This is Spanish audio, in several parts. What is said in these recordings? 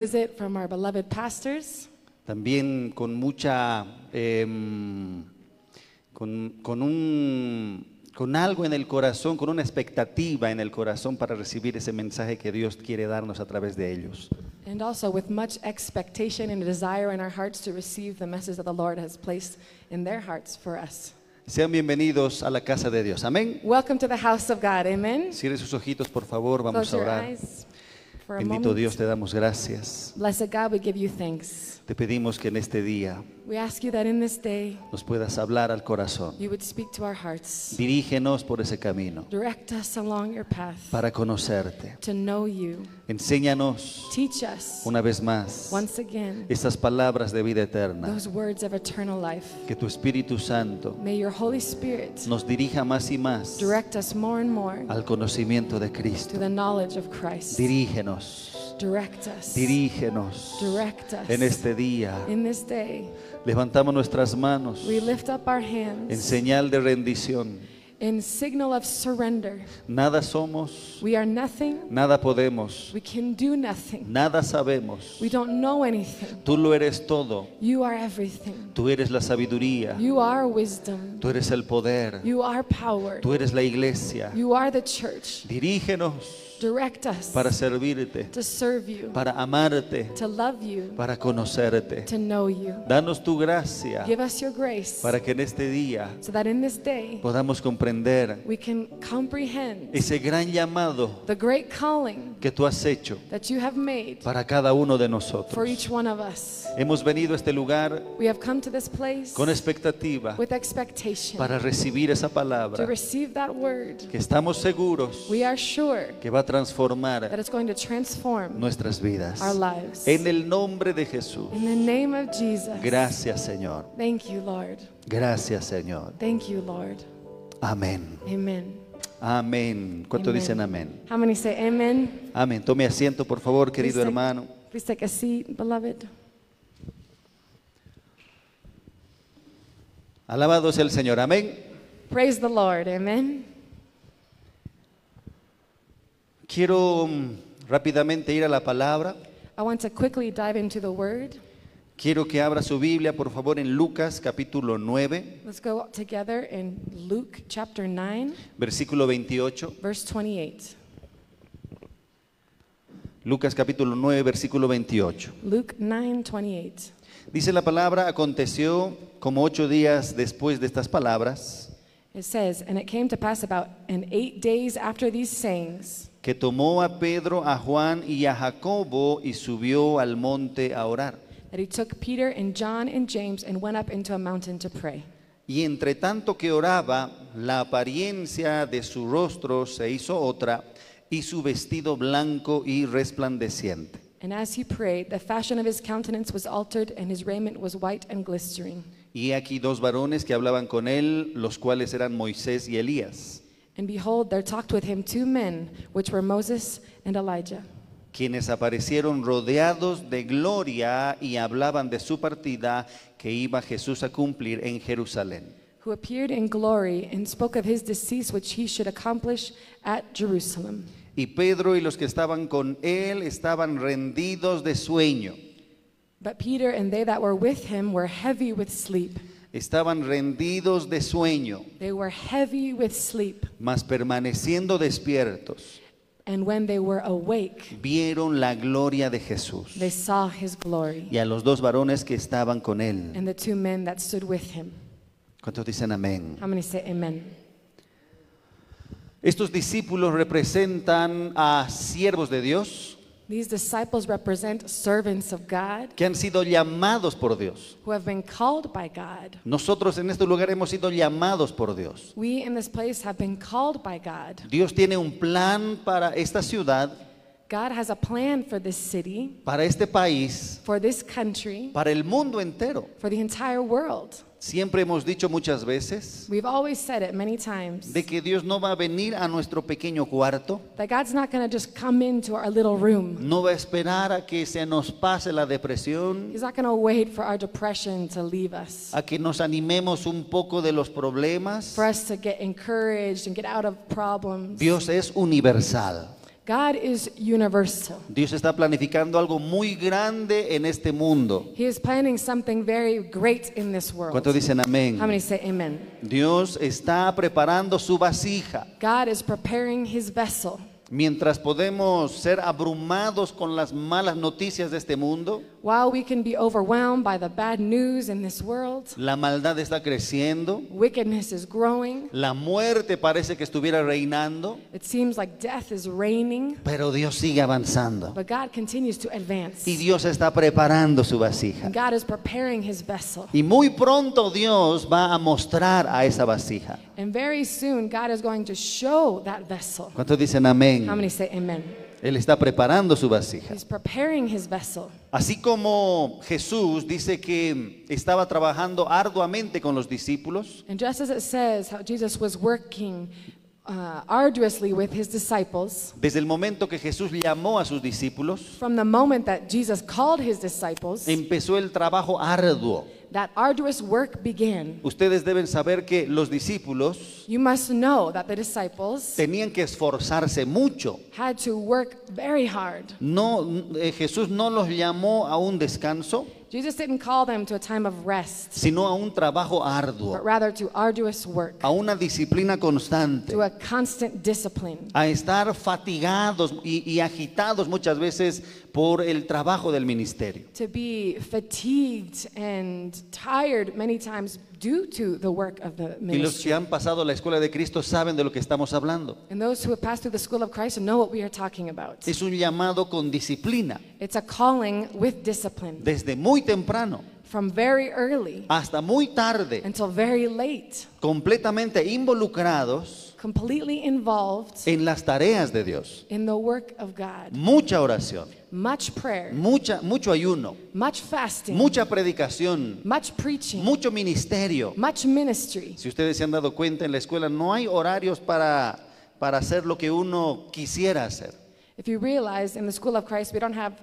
visit from our beloved pastors. También con mucha, em, con, con un, con algo en el corazón, con una expectativa en el corazón para recibir ese mensaje que Dios quiere darnos a través de ellos. And also with much expectation and desire in our hearts to receive the message that the Lord has placed in their hearts for us. Sean bienvenidos a la casa de Dios. Amén. Welcome to the house of God. Amen. Cierre sus ojitos, por favor, vamos Close a your orar. eyes for a Bendito moment. Dios, te damos gracias. Blessed God, we give you thanks. Te pedimos que en este día We ask you that in this day nos puedas hablar al corazón. you would speak to our hearts. Dirígenos por ese camino Direct us along your path para conocerte. to know you. Enséñanos Teach us una vez más once again estas palabras de vida eterna. those words of eternal life. Que tu Espíritu Santo May your Holy Spirit nos dirija más y más direct us more and more al conocimiento de to Cristo. the knowledge of Christ. Dirígenos, Direct us dirígenos Direct us. en este día. in this day. Levantamos nuestras manos We lift up our en hands señal de rendición. in signal of surrender. Nada somos, We are nothing. nada podemos, We can do nothing. nada sabemos. We don't know anything. Tú lo eres todo. You are everything. Tú eres la sabiduría. You are wisdom. Tú eres el poder. You are power. Tú eres la iglesia. You are the church. Dirígenos Direct us para servirte, to serve you, para amarte, to love you, para conocerte. to know you. Danos tu gracia Give us your grace para que en este día so that in this day podamos comprender we can comprehend ese gran llamado the great calling que tú has hecho that you have made para cada uno de for nosotros. each one of us. Hemos venido a este lugar We have come to this place con expectativa with expectation para recibir esa to palabra receive that word. que estamos seguros We are sure que va a that transformar it's going to transform nuestras vidas. our lives. En el nombre de Jesús. In the name of Jesus. Gracias Señor. Thank you, Lord. Gracias Señor. Thank you, Lord. Amén. Amen. Amén. ¿Cuánto Amen. dicen amén? How many say amen? Amén. Tome asiento, por favor, Please querido take- hermano. Please take a seat, beloved. Alabado sea el Señor. Amén. Praise the Lord. Amen. Quiero mm, rápidamente ir a la palabra. I want to quickly dive into the word. Quiero que abra su Biblia, por favor, en Lucas capítulo 9, Let's go together in Luke chapter 9, versículo 28. verse 28. Lucas capítulo 9, versículo 28. Luke 9, 28. Dice la palabra, aconteció como ocho días después de estas palabras, It says, And it came to pass about an eight days after these sayings que tomó a Pedro, a Juan y a Jacobo y subió al monte a orar. that he took Peter and John and James and went up into a mountain to pray. Y entre tanto que oraba, la apariencia de su rostro se hizo otra y su vestido blanco y resplandeciente. And as he prayed, the fashion of his countenance was altered, and his raiment was white and glistering. Y he aquí dos varones que hablaban con él, los cuales eran Moisés y Elías, And behold, there talked with him two men, which were Moses and Elijah, quienes aparecieron rodeados de gloria y hablaban de su partida que iba Jesús a cumplir en Jerusalén. who appeared in glory and spoke of his decease, which he should accomplish at Jerusalem. Y Pedro y los que estaban con él estaban rendidos de sueño, But Peter and they that were with him were heavy with sleep. estaban rendidos de sueño. They were heavy with sleep. Mas permaneciendo despiertos, And when they were awake, vieron la gloria de Jesús They saw his glory y a los dos varones que estaban con él. and the two men that stood with him. ¿Cuántos dicen amén? How many say amen? Estos discípulos representan a siervos de Dios These disciples represent servants of God que han sido llamados por Dios. who have been called by God. Nosotros en este lugar hemos sido llamados por Dios. We in this place have been called by God. Dios tiene un plan para esta ciudad, God has a plan for this city, para este país, for this country, para el mundo entero. for the entire world. Siempre hemos dicho muchas veces We've always said it many times de que Dios no va a venir a nuestro pequeño cuarto, that God's not going to just come into our little room. No va a esperar a que se nos pase la depresión, He's not going to wait for our depression to leave us, a que nos animemos un poco de los problemas. for us to get encouraged and get out of problems. Dios es universal. God is universal. Dios está planificando algo muy grande en este mundo. He is planning something very great in this world. ¿Cuántos dicen amén? How many say amen? Dios está preparando su vasija. God is preparing his vessel. Mientras podemos ser abrumados con las malas noticias de este mundo, While we can be overwhelmed by the bad news in this world, la maldad está creciendo, wickedness is growing, la muerte parece que estuviera reinando, it seems like death is reigning, pero Dios sigue avanzando. but God continues to advance. Y Dios está preparando su vasija. And God is preparing his vessel. Y muy pronto Dios va a mostrar a esa vasija. And very soon, God is going to show that vessel. ¿Cuántos dicen How many amén? say amen? Él está preparando su vasija. He's preparing his vessel. Así como Jesús dice que estaba trabajando arduamente con los discípulos, And just as it says how Jesus was working uh, arduously with his disciples, desde el momento que Jesús llamó a sus discípulos, from the moment that Jesus called his disciples, empezó el trabajo arduo. that arduous work began. Ustedes deben saber que los discípulos You must know that the disciples tenían que esforzarse mucho. had to work very hard. No, eh, Jesús no los llamó a un descanso, Jesus didn't call them to a time of rest, sino a un trabajo but arduo, rather to arduous work, a una disciplina constante, to a constant discipline, a estar fatigados y, y agitados muchas veces por el trabajo del ministerio. to be fatigued and tired many times due to the work of the Y los ministry. que han pasado la escuela de Cristo saben de lo que estamos hablando. And those who have passed through the school of Christ know what we are talking about. Es un llamado con disciplina, It's a calling with discipline desde muy temprano from very early hasta muy tarde, until very late, completamente involucrados completely involved en las tareas de Dios. in the work of God. Mucha oración, Much prayer, mucha, mucho ayuno, much fasting, mucha predicación, much preaching, mucho ministerio. much ministry. Si ustedes se han dado cuenta en la escuela, no hay horarios para, para hacer lo que uno quisiera hacer. If you realize in the school of Christ, we don't have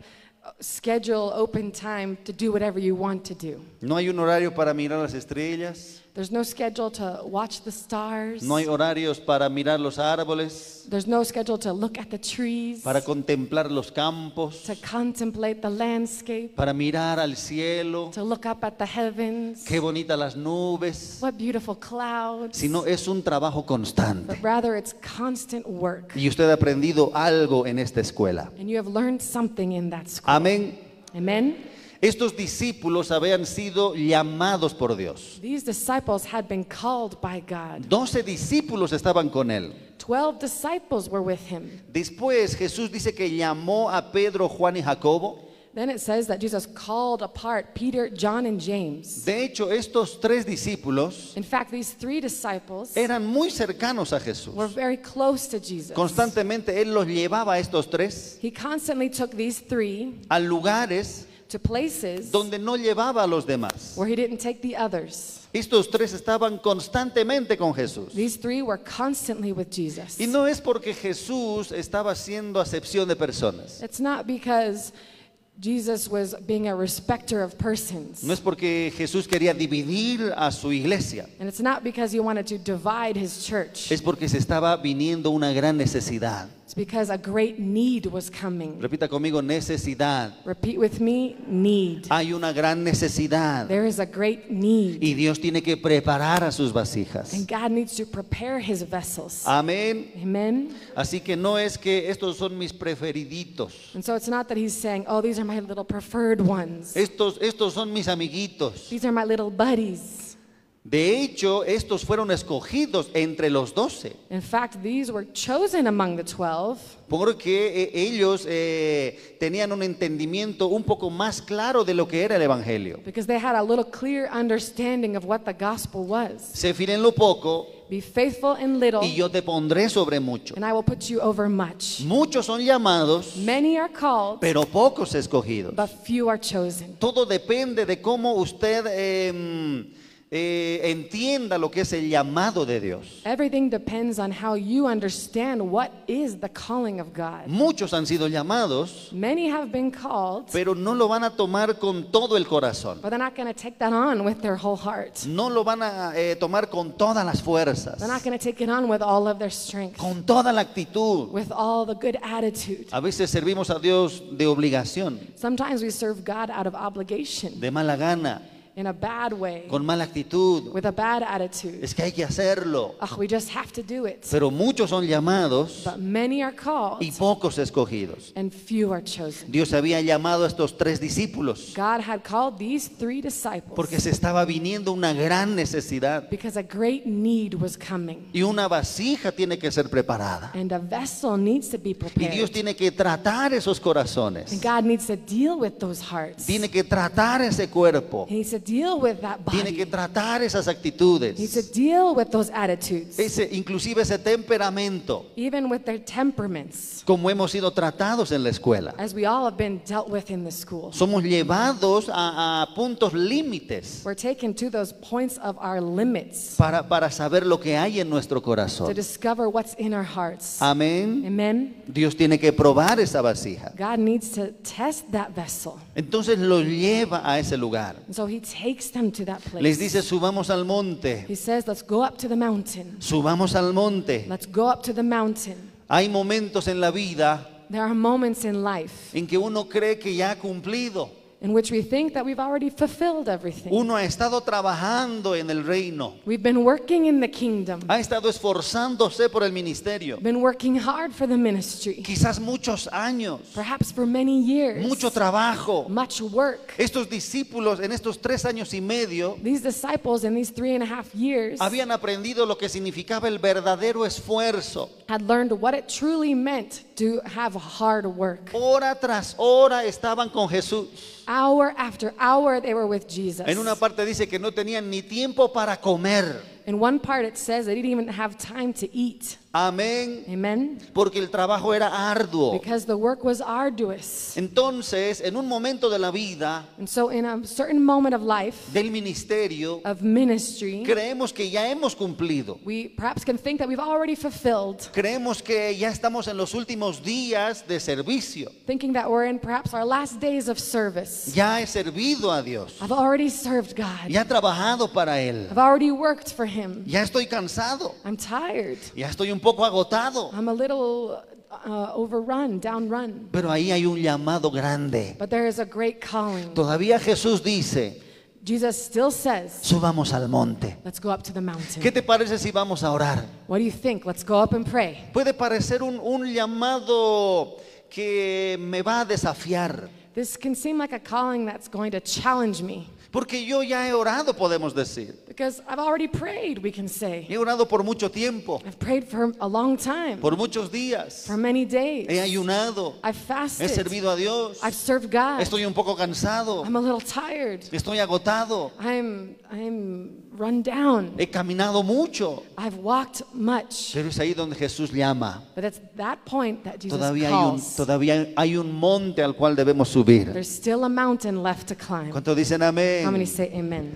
uh, schedule open time to do whatever you want to do. No hay un horario para mirar las estrellas, There's no schedule to watch the stars. no hay horarios para mirar los árboles. There's no schedule to look at the trees, para contemplar los campos, to contemplate the landscape. para mirar al cielo, to look up at the heavens. qué bonitas las nubes, What beautiful clouds. sino es un trabajo constante. But rather, it's constant work. Y usted ha aprendido algo en esta escuela. And you have learned something in that school. Amén. Amen? Estos discípulos habían sido llamados por Dios. These disciples had been called by God. Doce discípulos estaban con él. Twelve disciples were with him. Después Jesús dice que llamó a Pedro, Juan y Jacobo. Then it says that Jesus called apart Peter, John, and James. De hecho, estos tres discípulos In fact, these three disciples eran muy cercanos a Jesús. were very close to Jesus. Constantemente él los llevaba a estos tres He constantly took these three a lugares to places donde no llevaba a los demás. where he didn't take the others. Estos tres estaban constantemente con Jesús. These three were constantly with Jesus. Y no es porque Jesús estaba haciendo acepción de personas. It's not because Jesus was being a respecter of persons. No es porque Jesús quería dividir a su iglesia. And it's not because he wanted to divide his church. Es porque se estaba viniendo una gran necesidad. It's because a great need was coming. Repita conmigo, necesidad. Repeat with me need. Hay una gran necesidad. There is a great need. Y Dios tiene que preparar a sus vasijas. And God needs to prepare his vessels. Amén. Amen. Así que no es que estos son mis preferiditos. And so it's not that he's saying, oh, these are my little preferred ones, Estos, estos son mis amiguitos. these are my little buddies. De hecho, estos fueron escogidos entre los doce, In fact, these were chosen among the 12 porque eh, ellos eh, tenían un entendimiento un poco más claro de lo que era el Evangelio. because they had a little clear understanding of what the gospel was. Se fiel en lo poco Be faithful in little, y yo te pondré sobre mucho. and I will put you over much. Muchos son llamados, Many are called, pero pocos escogidos. but few are chosen. Todo depende de cómo usted eh, eh, entienda lo que es el llamado de Dios. Everything depends on how you understand what is the calling of God. Muchos han sido llamados, Many have been called, pero no lo van a tomar con todo el corazón. but they're not going to take that on with their whole heart. No lo van a eh, tomar con todas las fuerzas, They're not going to take it on with all of their strength, con toda la actitud. with all the good attitude. A veces servimos a Dios de obligación, Sometimes we serve God out of obligation, de mala gana, in a bad way, con mala actitud. with a bad attitude. Es que hay que hacerlo. Ugh, we just have to do it. Pero muchos son llamados But many are called, y pocos escogidos. and few are chosen. Dios había llamado a estos tres discípulos God had called these three disciples porque se estaba viniendo una gran necesidad because a great need was coming, y una vasija tiene que ser preparada. and a vessel needs to be Y Dios prepared. tiene que tratar esos corazones, And God needs to deal with those hearts. He tiene que tratar ese cuerpo, needs to deal with that tiene que body. tratar esas He needs to actitudes, deal with those attitudes, ese, inclusive ese temperamento, even with their temperaments, como hemos sido tratados en la escuela. as we all have been dealt with in the school. Somos llevados a, a puntos límites We're taken to those points of our limits para, para saber lo que hay en nuestro to corazón. discover what's in our hearts. Ah. Amén. Amen. Dios tiene que probar esa vasija. God needs to test that vessel. Entonces los lleva a ese lugar. And so he takes them to that place. Les dice, subamos al monte, He says, Let's go up to the mountain. subamos al monte. Let's go up to the mountain. Hay momentos en la vida There are moments in life en que uno cree que ya ha cumplido. in which we think that we've already fulfilled everything. Uno ha estado trabajando en el reino, We've been working in the kingdom, ha estado esforzándose por el ministerio, been working hard for the ministry, quizás muchos años, perhaps for many years, mucho trabajo. much work. Estos discípulos en estos tres años y medio These disciples in these three and a half years habían aprendido lo que significaba el verdadero esfuerzo. had learned what it truly meant to have hard work. Hora tras hora estaban con Jesús. Hour after hour, they were with Jesus. En una parte dice que no tenían ni tiempo para comer. In one part, it says they didn't even have time to eat. Amén. Amen? Porque el trabajo era arduo. Because the work was arduous. Entonces, en un momento de la vida, And so, in a certain moment of life, del ministerio, of ministry, creemos que ya hemos cumplido. we perhaps can think that we've already fulfilled, Creemos que ya estamos en los últimos días de servicio. thinking that we're in perhaps our last days of service. Ya he servido a Dios. I've already served God, Ya he trabajado para Él. I've already worked for Him. Ya estoy cansado. I'm tired. Ya estoy un poco agotado. I'm a little uh, overrun, downrun. Pero ahí hay un llamado grande. But there is a great calling. Todavía Jesús dice, Jesus still says, subamos al monte. Let's go up to the mountain. ¿Qué te parece si vamos a orar? What do you think? Let's go up and pray. Puede parecer un, un llamado que me va a desafiar. This can seem like a calling that's going to challenge me Porque yo ya he orado, podemos decir. because I've already prayed, we can say. He orado por mucho tiempo, I've prayed for a long time, por muchos días. for many He days. ayunado, I've he fasted. servido a Dios. I've served God. Estoy un poco cansado, I'm a little tired. estoy agotado. I'm I'm run down. He caminado mucho. I've walked much. Pero es ahí donde Jesús llama. But it's that point that Jesus Todavía hay, un, calls. todavía hay un monte al cual debemos subir. There's still a mountain left to climb. ¿Cuántos dicen How many amén? say amen?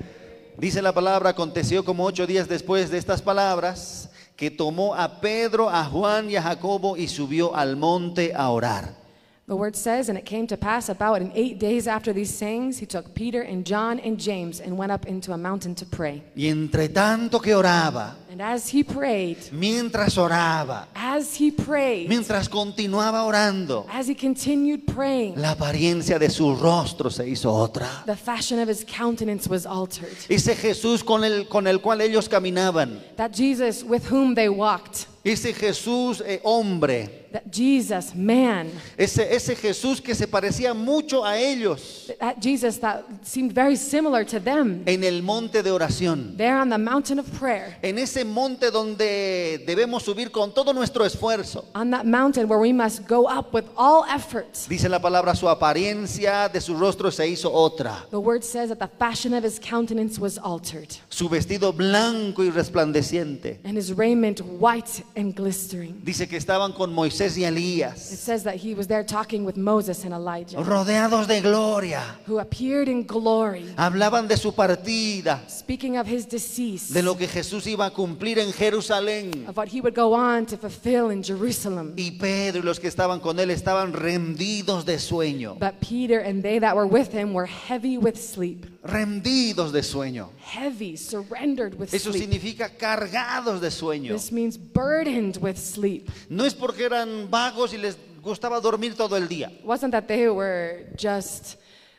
Dice la palabra, aconteció como ocho días después de estas palabras, que tomó a Pedro, a Juan y a Jacobo y subió al monte a orar. The word says, and it came to pass about in eight days after these sayings, he took Peter and John and James and went up into a mountain to pray. Y entre tanto que oraba, And as he prayed, mientras oraba, as he prayed, mientras continuaba orando, as he continued praying, la apariencia de su rostro se hizo otra. the fashion of his countenance was altered. Ese Jesús con el, con el cual ellos caminaban, That Jesus with whom they walked, ese Jesús eh, hombre, that Jesus, man, Ese, ese Jesús que se parecía mucho a ellos that Jesus that seemed very similar to them, en el monte de oración. there on the mountain of prayer, En ese monte donde debemos subir con todo nuestro esfuerzo. on that mountain where we must go up with all effort. Dice la palabra, su apariencia de su rostro se hizo otra. The word says that the fashion of his countenance was altered. Su vestido blanco y resplandeciente. and his raiment white and glistering. Dice que estaban con Moisés y It Elías, says that he was there talking with Moses and Elijah, rodeados de gloria, who appeared in glory, hablaban de su partida, speaking of his decease, de lo que Jesús iba a cumplir en Jerusalén. of what he would go on to fulfill in Jerusalem. Y Pedro y los que estaban con él estaban rendidos de sueño, But Peter and they that were with him were heavy with sleep, rendidos de sueño. heavy, surrendered with Eso sleep. significa cargados de sueño. This means burdened with sleep. No es porque eran vagos y les gustaba dormir todo el día. It wasn't that they were just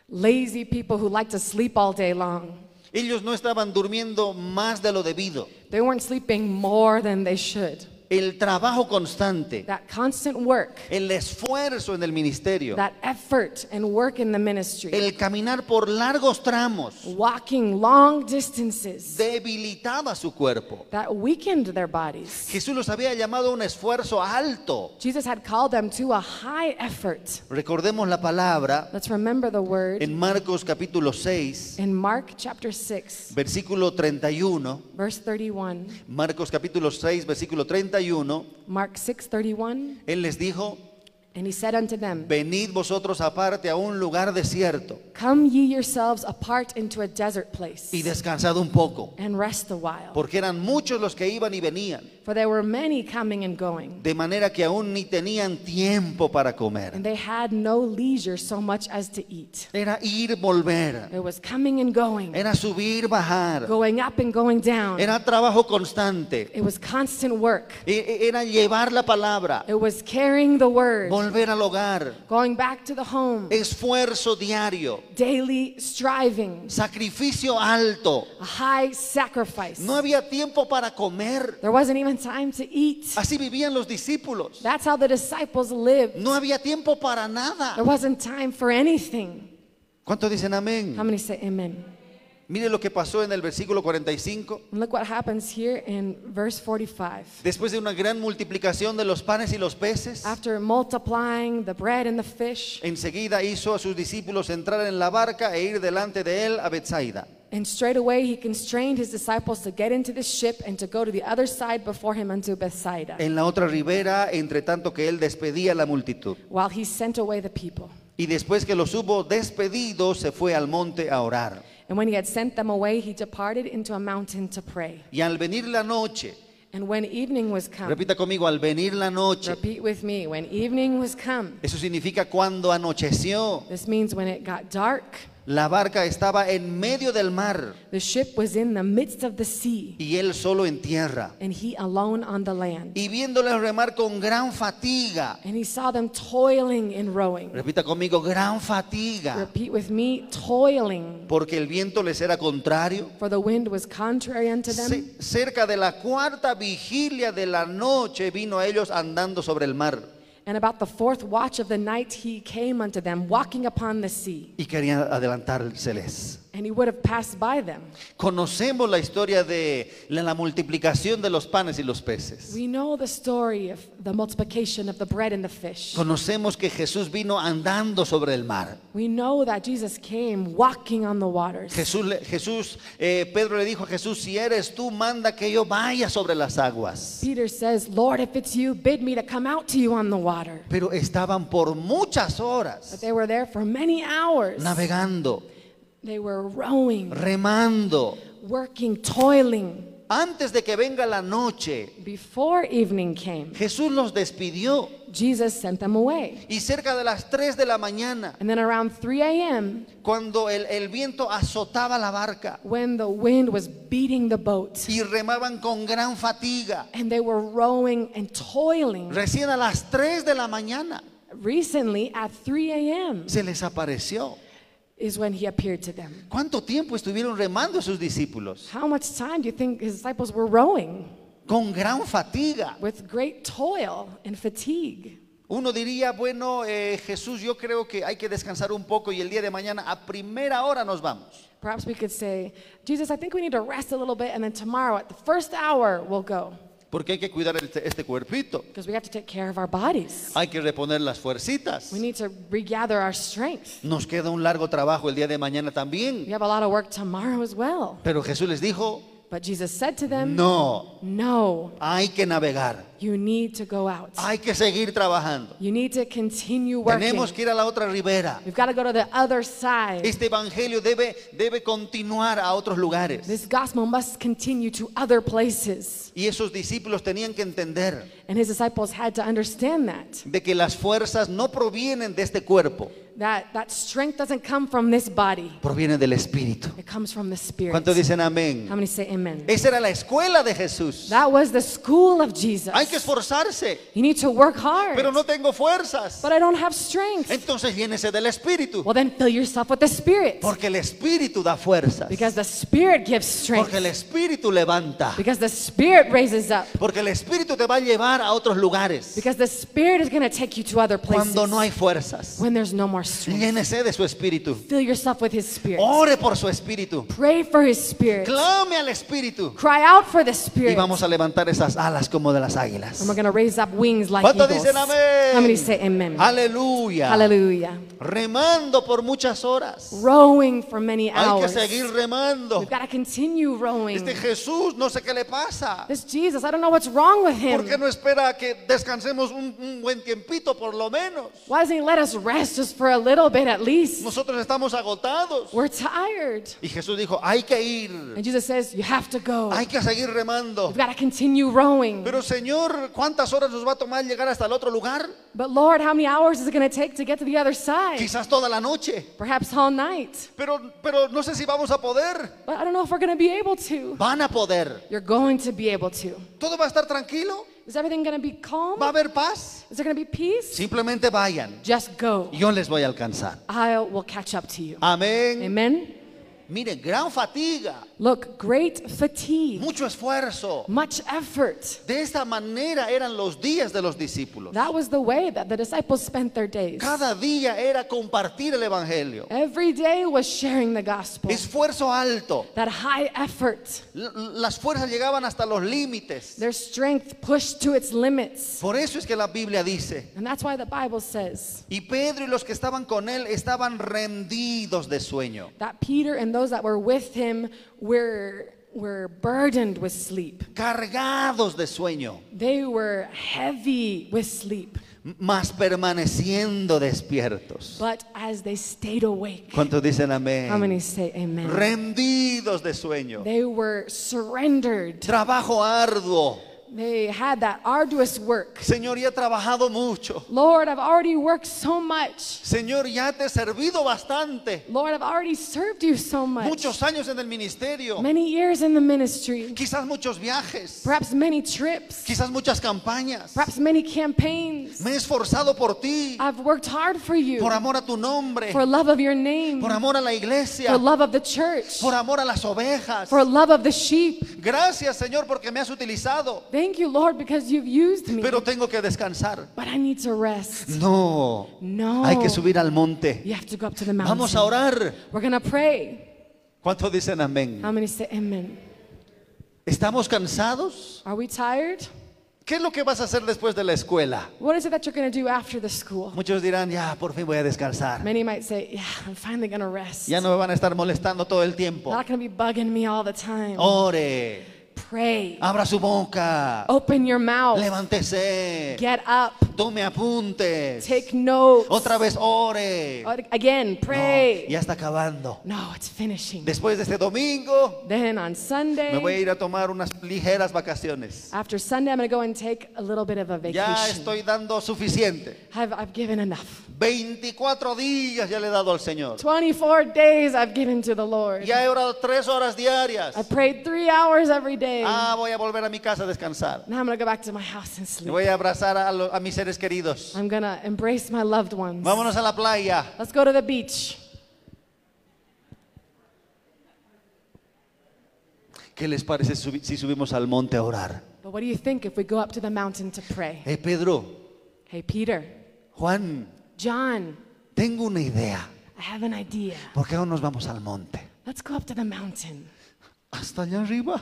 lazy people who like to sleep all day long. Ellos no estaban durmiendo más de lo debido. They weren't sleeping more than they should. El trabajo constante, That constant work, el esfuerzo en el ministerio, that effort and work in the ministry, el caminar por largos tramos walking long distances, debilitaba su cuerpo. that weakened their bodies. Jesús los había llamado a un esfuerzo alto. Jesus had called them to a high effort. Recordemos la palabra Let's remember the word en Marcos capítulo 6, in Mark chapter 6, versículo 31. verse 31. Marcos capítulo 6, versículo 31. Mark 6, 31. Él les dijo, And he said unto them, venid vosotros aparte a un lugar desierto Come ye yourselves apart into a desert place. y descansad un poco, and rest a while. porque eran muchos los que iban y venían, For there were many coming and going, de manera que aún ni tenían tiempo para comer. and they had no leisure so much as to eat. Era ir, volver, It was coming and going, era subir, bajar, going up and going down. era trabajo constante, It was constant work. e- e- era llevar la palabra, It was carrying the word, volver al hogar, going back to the home, esfuerzo diario, daily striving, sacrificio alto. a high sacrifice. No había tiempo para comer. There wasn't even time to eat. Así vivían los discípulos. That's how the disciples lived. No había tiempo para nada. There wasn't time for anything. ¿Cuántos dicen amén? How many say amen? Mire lo que pasó en el versículo 45. And look what happens here in verse 45. Después de una gran multiplicación de los panes y los peces, After multiplying the bread and the fish, enseguida hizo a sus discípulos entrar en la barca e ir delante de él a Bethsaida. and straightway he constrained his disciples to get into the ship and to go to the other side before him unto Bethsaida, En la otra ribera, entre tanto que él despedía a la multitud. while he sent away the people. Y después que los hubo despedido, se fue al monte a orar. And when he had sent them away, he departed into a mountain to pray. Y al venir la noche, And when evening was come, repita conmigo, al venir la noche, repeat with me, when evening was come, eso significa cuando anocheció, this means when it got dark, la barca estaba en medio del mar the ship was in the midst of the sea, y él solo en tierra. and he alone on the land. y viéndoles remar con gran fatiga. And he saw them toiling and rowing. Repita conmigo, gran fatiga, Repeat with me, toiling porque el viento les era contrario. For the wind was contrary unto them. Ce- cerca de la cuarta vigilia de la noche vino a ellos andando sobre el mar And about the fourth watch of the night he came unto them, walking upon the sea. y querían adelantárseles. And he would have passed by them. Conocemos la historia de la, la multiplicación de los panes y los peces. We know the story of the multiplication of the bread and the fish. Conocemos que Jesús vino andando sobre el mar. We know that Jesus came walking on the waters. Jesús, le- Jesús eh, Pedro le dijo a Jesús, si eres tú, manda que yo vaya sobre las aguas. Peter says, Lord, if it's you, bid me to come out to you on the water. Pero estaban por muchas But horas they were there for many hours. navegando, They were rowing, remando. working, toiling. Antes de que venga la noche, Before evening came, Jesús los despidió Jesus sent them away. y cerca de las 3 de la mañana, And then around 3 a.m., cuando el, el viento azotaba la barca when the wind was beating the boat y remaban con gran fatiga, and they were rowing and toiling. recién a las 3 de la mañana Recently, at 3 a.m., se les apareció. is when he appeared to them. ¿Cuánto tiempo estuvieron remando sus discípulos? How much time do you think his disciples were rowing? Con gran fatiga. With great toil and fatigue. Uno diría, bueno, eh, Jesús, yo creo que hay que descansar un poco y el día de mañana a primera hora nos vamos. Perhaps we could say, Jesus, I think we need to rest a little bit, and then tomorrow at the first hour, we'll go. Porque hay que cuidar este, este cuerpito. Because we have to take care of our bodies. Hay que reponer las fuercitas. We need to regather our strength. Nos queda un largo trabajo el día de mañana We también. have a lot of work tomorrow as well. Pero Jesús les dijo, But Jesus said to them, No, No, hay que navegar, you need to go out. hay que seguir trabajando. You need to continue working. Tenemos que ir a la otra ribera. We've got to go to the other side. Este evangelio debe, debe continuar a otros lugares. This gospel must continue to other places. Y esos discípulos tenían que entender And his disciples had to understand that. de que las fuerzas no provienen de este cuerpo, That that strength doesn't come from this body. provienen del Espíritu. It comes from the spirit. ¿Cuántos dicen How amén? many say amen? Esa era la escuela de Jesús. That was the school of Jesus. Hay que esforzarse, You need to work hard. pero no tengo fuerzas. But I don't have strength. Entonces llénese del Espíritu, Well, then fill yourself with the Spirit. porque el Espíritu da fuerzas, Because the Spirit gives strength. porque el Espíritu levanta, Because the Spirit raises up. porque el Espíritu te va a llevar a otros lugares Because the Spirit is going to take you to other places. cuando no hay fuerzas. When there's no more strength. Llénese de su Espíritu, Fill yourself with His Spirit. ore por su Espíritu, Pray for His Spirit. clame al Espíritu Cry out for the y Spirit. And vamos a levantar esas alas como de las águilas. we're going to raise up wings like ¿Cuántos eagles. dicen amén? How many say amen? Aleluya. Hallelujah. Remando por muchas horas. Rowing for many Hay que hours. seguir remando. We've got to continue rowing. Este Jesús, no sé qué le pasa. This Jesus, I don't know what's wrong with ¿Por qué him. no espera a que descansemos un, un buen tiempito por lo menos? Why doesn't he let us rest just for a little bit at least? Nosotros estamos agotados. We're tired. Y Jesús dijo, hay que ir, And Jesus says, You have to go. hay que seguir remando. We've got to continue rowing. Pero Señor, ¿cuántas horas nos va a tomar llegar hasta el otro lugar? But Lord, how many hours is it going to take to get to the other side? Quizás toda la noche. Perhaps all night. Pero, pero no sé si vamos a poder. But I don't know if we're going to be able to. Van a poder. You're going to be able to. Todo va a estar tranquilo. Is everything going to be calm? Va a haber paz. Is there going to be peace? Simplemente vayan. Just go. Yo les voy a alcanzar. I will catch up to you. Amén. Amen. Miren, gran fatiga, Look, great fatigue, mucho esfuerzo. much effort. De esta manera eran los días de los discípulos. That was the way that the disciples spent their days. Cada día era compartir el Evangelio. Every day was sharing the gospel. Esfuerzo alto. That high effort, L- Las fuerzas llegaban hasta los límites. their strength pushed to its limits. Por eso es que la Biblia dice, And that's why the Bible says y Pedro y los que estaban con él estaban rendidos de sueño. that Peter and those that were with him were, were burdened with sleep. Cargados de sueño, They were heavy with sleep. mas permaneciendo despiertos. But as they stayed awake, ¿Cuántos dicen how many amén? say amen? Rendidos de sueño. They were surrendered. Trabajo arduo. They had that arduous work. Señor, ya he trabajado mucho. Lord, I've already worked so much. Señor, ya te he servido bastante. Lord, I've already served you so much. Muchos años en el ministerio. Many years in the ministry, Quizás muchos viajes. perhaps many trips, Quizás muchas campañas. perhaps many campaigns. Me he esforzado por ti. I've worked hard for you, Por amor a tu nombre. for love of your name, Por amor a la for iglesia. love of the church, Por amor a las ovejas. for love of the sheep. Gracias, Señor, porque me has utilizado. Thank you, Lord, because you've used me. Pero tengo que descansar. But I need to rest. No. No. Hay que subir al monte. You have to go up to the Vamos a mountain. orar. We're going to pray. ¿Cuántos dicen amén? How many say amen? ¿Estamos cansados? Are we tired? ¿Qué es lo que vas a hacer después de la escuela? What is it that you're going to do after the school? Muchos dirán, ya, por fin voy a descansar. Many might say, yeah, I'm finally going to rest. Ya no me van a estar molestando todo el tiempo. Not going to be bugging me all the time. Oh. Ore, Pray. abra su boca, Open your mouth. levántese, Get up. tome apuntes. Take notes. Otra vez, ore. No, Again, pray. ya está acabando. No, it's finishing. Después de este domingo, Then on me voy a Sunday, ir a tomar unas ligeras vacaciones. after Sunday, I'm going to go and take a little bit of a Ya vacation. estoy dando suficiente. I've, I've given enough. 24 días ya le he dado al Señor. 24 days I've given to the Lord. Ya he orado tres horas diarias. I prayed three hours every day. Ah, voy a volver a mi casa a descansar. Now I'm going to go back to my house and Y sleep. Voy a abrazar a, lo- a mis seres queridos. I'm going to embrace my loved ones. Vámonos a la playa. Let's go to the beach. ¿Qué les parece subi- si subimos al monte a orar? But what do you think if we go up to the mountain to pray? Eh, Pedro, Hey, Peter, Juan, John, tengo una idea. I have an idea. ¿Por qué no nos vamos al monte? Let's go up to the mountain. Hasta allá arriba.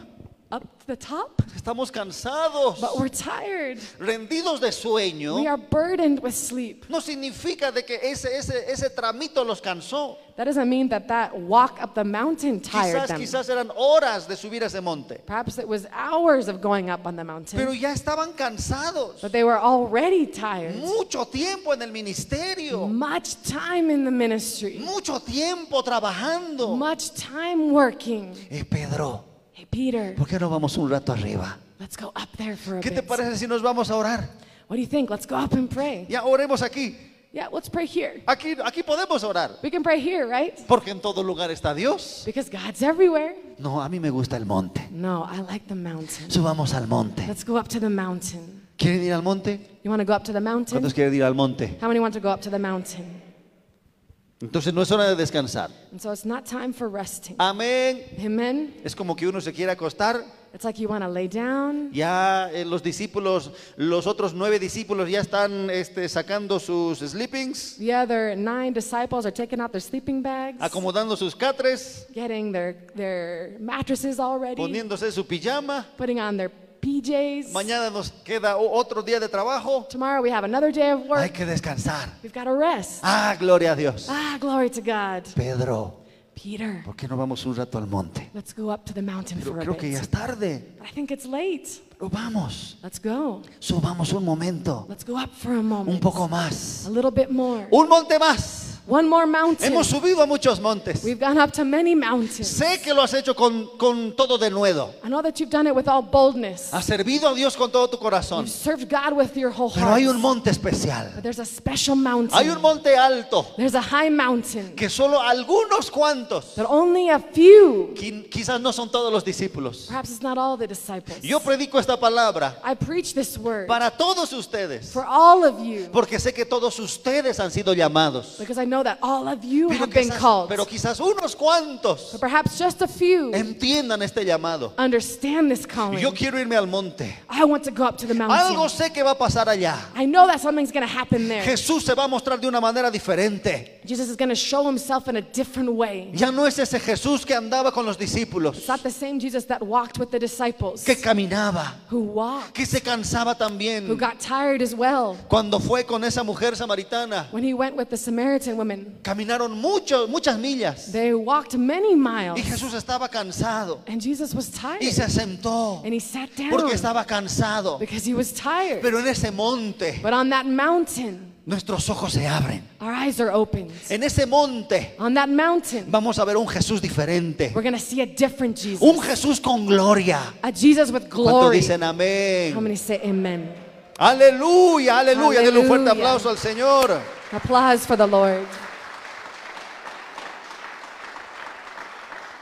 up to the top, Estamos cansados, but we're tired. rendidos de sueño. We are burdened with sleep. No significa de que ese, ese, ese tramito los cansó. That doesn't mean that that walk up the mountain tired Quizás, them. quizás eran horas de subir a ese monte. Perhaps it was hours of going up on the Pero mountain, ya estaban cansados. but they were already tired. Mucho tiempo en el ministerio. Much time in the ministry, Mucho tiempo trabajando. much time working. Eh, Pedro, Hey, Peter, ¿por qué no vamos un rato arriba? let's go up there for a ¿Qué te bit. parece si nos vamos a orar? What do you think? Let's go up and pray. Ya oremos aquí. Yeah, let's pray here. Aquí, aquí podemos orar. We can pray here, right? Porque en todo lugar está Dios. Because God's everywhere. No, a mí me gusta el monte. No, I like the mountain. Subamos al monte. Let's go up to the mountain. ¿Quieren ir al monte? You want to go up to the mountain? ¿Cuántos quieren ir al monte? How many want to go up to the mountain? Entonces no es hora de descansar. And so it's not time for resting. Ah. Amén. Amen. Es como que uno se quiere acostar. It's like you want to lay down. Ya eh, los discípulos, los otros nueve discípulos ya están este, sacando sus sleepings, The other nine disciples are taking out their sleeping bags, acomodando sus catres, getting their, their mattresses all ready, poniéndose su pijama. putting on their PJs. Mañana nos queda o- otro día de trabajo. Tomorrow we have another day of Hay work. que descansar. We've got to rest. Ah, gloria a Dios. Ah, glory to God. Pedro, Peter, ¿por qué no vamos un rato al monte? let's go up to the mountain Pero for a creo que bit. ya es tarde. But I think it's late. Pero vamos, Let's go. subamos un momento, Let's go up for a un moment. poco más. A little bit more. Un monte más. One more mountain. Hemos subido a muchos montes. We've gone up to many mountains. Sé que lo has hecho con, con todo denuedo. I know that you've done it with all boldness. Has servido a Dios con todo tu corazón. You've served God with your whole Pero hay un heart. monte especial. But there's a special Hay un mountain. monte alto There's a high mountain que solo algunos cuantos, that only a few, qui- quizás no son todos los discípulos. perhaps it's not all the disciples. Yo predico esta palabra I preach this word para todos ustedes, for all of you porque sé que todos ustedes han sido llamados. because I know that all of you Pero have been quizás- called. pero quizás unos cuantos But perhaps just a few entiendan este llamado. understand this Y Yo calling. quiero irme al monte. I want to go up to the Algo mountain. sé que va a pasar allá. I know that something's going to happen there. Jesús se va a mostrar de una manera diferente. Jesus is going to show himself in a different way. Ya no es ese Jesús que andaba con los discípulos, It's not the same Jesus that walked with the disciples, que caminaba, who walked, que se cansaba who también. got tired as well. Cuando fue con esa mujer samaritana, When he went with the Samaritan woman, caminaron mucho, muchas millas they walked many y miles, Jesús estaba cansado and Jesus was y tired, se sentó and he sat porque down estaba cansado. because he was tired. Pero en ese monte But on that mountain, nuestros ojos se abren. our eyes are opened. En ese monte On that mountain, Eh, vamos a ver un Jesús diferente, we're going to see a different Jesus, un Jesús con gloria. a Jesus with ¿Cuántos glory. dicen How amén? many say amen? Aleluya, aleluya. Denle un fuerte Aleluya. aplauso al Señor. Applause for the Lord.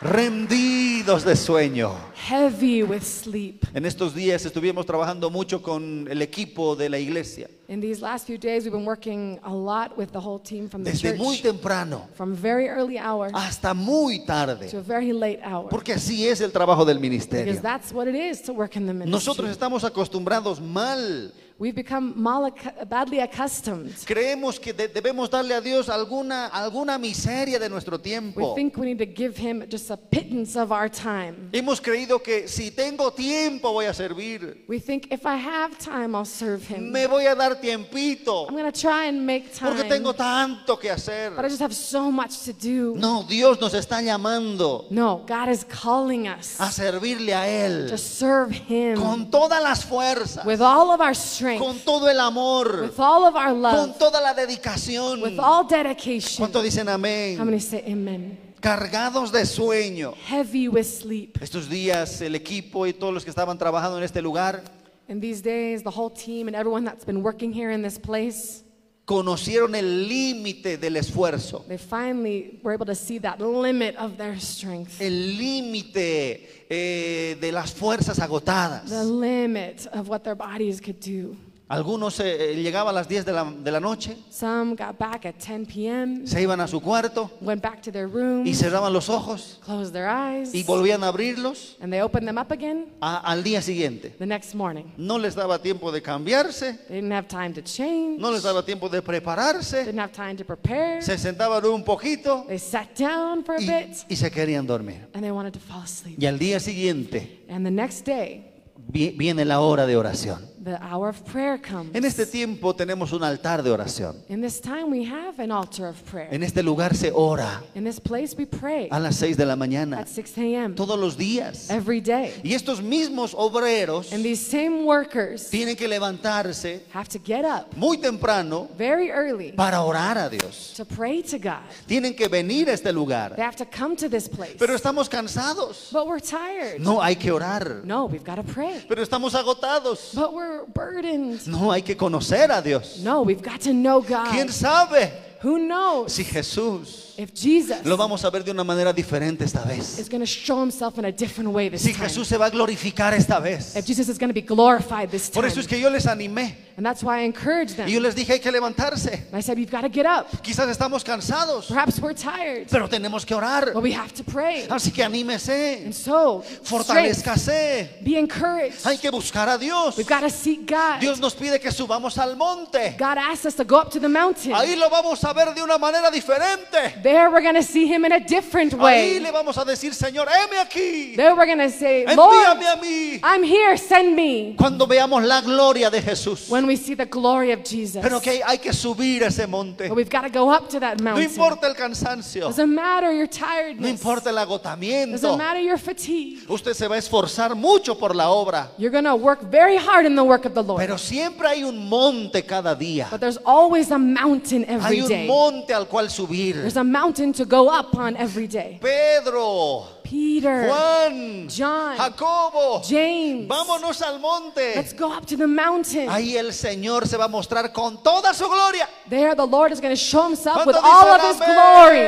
rendidos de sueño. Heavy with sleep. En estos días estuvimos trabajando mucho con el equipo de la iglesia, In these last few days, we've been working a lot with the whole team from the desde church, muy temprano Ah, from very early hour hasta muy to tarde, a very late hour, porque así es el trabajo del because ministerio. that's what it is to work in the Nosotros ministry. estamos acostumbrados mal, We've become mal- badly accustomed. creemos que de- debemos darle a Dios alguna, alguna miseria de nuestro We tiempo. think we need to give him just a pittance of our time. Hemos creído que si tengo tiempo voy a servir, We think if I have time, I'll serve him. me voy a dar tiempito, Em, I'm going to try and make time, porque tengo tanto que hacer. but I just have so much to do. No, Dios nos está llamando. No, God is calling us a servirle a to Él serve him con todas las fuerzas, with all of our con strength, todo el amor, with all of our love. con toda la dedicación. with all dedication. ¿Cuánto dicen How many amén? say amen? Cargados de sueño. Heavy with sleep. Estos días el equipo y todos los que estaban trabajando en este lugar And these days, the whole team and everyone that's been working here in this place, conocieron el límite del esfuerzo, they finally were able to see that limit of their strength, el límite eh, de las fuerzas the agotadas. limit of what their bodies could do. Algunos eh, eh, llegaban a las 10 de la, de la noche, Some got back at 10 p.m., se iban a su cuarto went back to their room, y cerraban los ojos closed their eyes, y volvían a abrirlos and they opened them up again a- al día siguiente. the next morning. No les daba tiempo de cambiarse, They didn't have time to change, no les daba tiempo de prepararse, didn't have time to prepare. se sentaban un poquito They sat down for a y, bit y se querían dormir. and they wanted to fall asleep. Y al día siguiente And the next day, vi- viene la hora de oración. the hour of prayer comes. En este tiempo tenemos un altar de oración. In this time, we have an altar of prayer. En este lugar se ora In this place, we pray a las 6 de la mañana, at 6 a.m. todos los días. every day. Y estos mismos obreros And these same workers tienen que levantarse have to get up muy temprano very early para orar a Dios. to pray to God. Tienen que venir a este They lugar. have to come to this place. Pero estamos cansados. But we're tired. No, hay que orar. No, we've got to pray. Pero estamos agotados. But we're burdened. No, hay que conocer a Dios. No, we've got to know ¿Quién God. sabe Who knows si Jesús if Jesus lo vamos a ver de una manera diferente esta vez? is going to show himself in a different way this Si time? Jesús se va a glorificar esta vez. If Jesus is going to be glorified this Por time. eso es que yo les animé And that's why I encourage them. y yo les dije hay que levantarse. And I said, you've got to get up. Quizás estamos cansados, Perhaps we're tired, pero tenemos que orar. but we have to pray. Así que anímese, And so, strength, fortalezcase. be encouraged. Hay que buscar a Dios. We've got to seek God. Dios nos pide que subamos al monte. God asks us to go up to the mountain. Ahí lo vamos a ver de una manera diferente. There we're going to see him in a different Ahí le way. vamos a decir, Señor, heme aquí. There we're going to say, Lord, Envíame a mí. I'm here, send me. Cuando veamos la gloria de Jesús. When we see the glory of Jesus. Pero que hay que subir ese monte. But we've got to go up to that No mountain. importa el cansancio. Doesn't matter your No tiredness. importa el agotamiento. Doesn't matter your fatigue. Usted se va a esforzar mucho por la obra. You're going to work very hard in the work of the Lord. Pero siempre hay un monte cada día. But there's always a mountain Hay every un day. monte al cual subir. There's a mountain to go up on every day. Pedro, Peter, Juan, John, Jacobo, James. vámonos al Let's monte. go up to the mountain. Ahí el Señor se va a mostrar con toda su gloria. There the Lord is going to show himself with ¿Cuántos all of dicen his glory.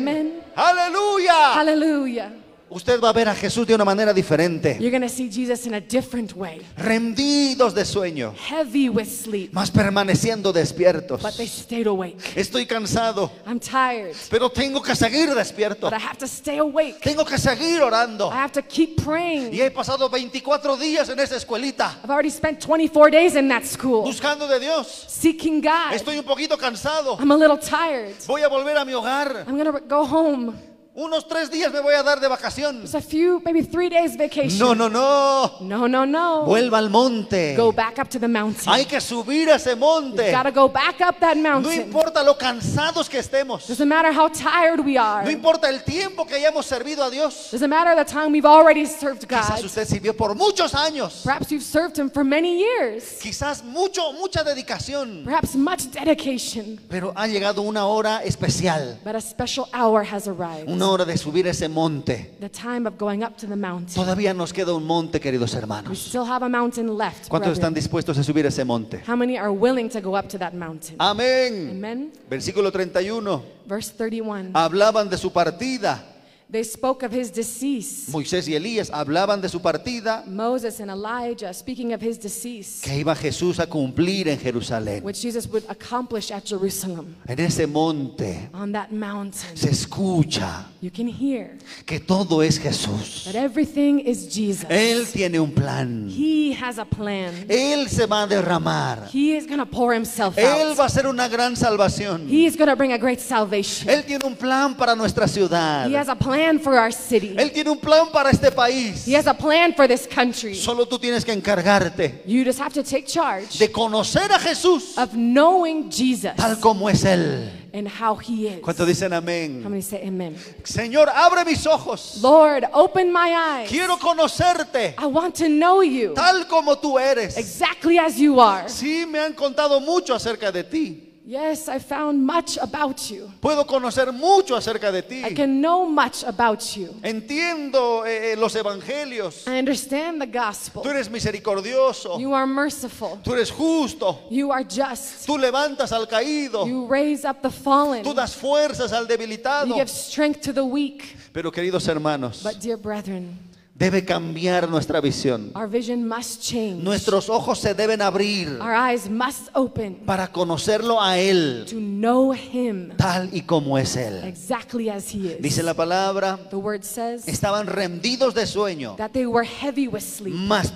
amén? Amen. Aleluya. Hallelujah. Usted va a ver a Jesús de una manera diferente. You're going to see Jesus in a different way. Rendidos de sueño, Heavy with sleep, más permaneciendo despiertos. but they stayed awake. Estoy cansado, I'm tired, pero tengo que seguir despierto. but I have to stay awake. Tengo que seguir orando. I have to keep praying. Y he pasado 24 días en esa escuelita I've already spent 24 days in that school buscando de Dios. seeking God. Estoy un poquito cansado. I'm a little tired. Voy a volver a mi hogar. I'm going to go home. Unos tres días me voy a dar de vacación. Just a few, maybe three days vacation. No, no, no. no, no. no. Vuelva al monte. Go back up to the mountain. Hay que subir a ese monte. Got to go back up that No mountain. importa lo cansados que estemos. Doesn't matter how tired we are. No importa el tiempo que hayamos servido a Dios. Doesn't matter the time we've already served Quizás God. usted sirvió por muchos años. Perhaps you've served Him for many years. Quizás mucho, mucha dedicación. Perhaps much dedication. Pero ha llegado una hora especial. But a special hour has arrived. Una hora de subir ese monte. The time of going up to the mountain. Todavía nos queda un monte, queridos We hermanos. still have a mountain left. ¿Cuántos están brethren. dispuestos a subir ese monte? How many are willing to go up to that mountain? Amén. Amen. Versículo 31. Verse 31. Hablaban de su partida. They spoke of his decease. Moisés y Elías hablaban de su partida Moses and Elijah speaking of his decease, que iba Jesús a cumplir en Jerusalén. which Jesus would accomplish at Jerusalem. En ese monte On that mountain, se escucha you can hear que todo es Jesús. that everything is Jesus. Él tiene un plan. He has a plan. Él se va a derramar. He is going to pour himself Él out. va a hacer una gran salvación. He is going to bring a great salvation. Él tiene un plan para nuestra ciudad. He has a plan for our city. Él tiene un plan para este país. He has a plan for this country. Solo tú tienes que encargarte You just have to take charge de conocer a Jesús of knowing Jesus tal como es Él. and how he is. ¿Cuántos dicen How amén? many say amen? Señor, abre mis ojos. Lord, open my eyes. Quiero conocerte I want to know you tal como tú eres. exactly as you are. Sí, me han contado mucho acerca de ti. Yes, I found much about you. Puedo conocer mucho acerca de ti. I can know much about you. Entiendo eh, eh, los evangelios. I understand the Tú gospel. eres misericordioso. You are merciful. Tú eres justo. You are just. Tú levantas al caído. You raise up the fallen. Tú das fuerzas al debilitado. You give strength to the weak. Pero queridos hermanos, But, dear brethren, Debe cambiar nuestra visión. Our vision must change. Nuestros ojos se deben abrir Our eyes must open para conocerlo a Él to know Him tal y como es Él. exactly as He is. Dice la palabra, the word says estaban rendidos de sueño, that they were heavy with sleep, mas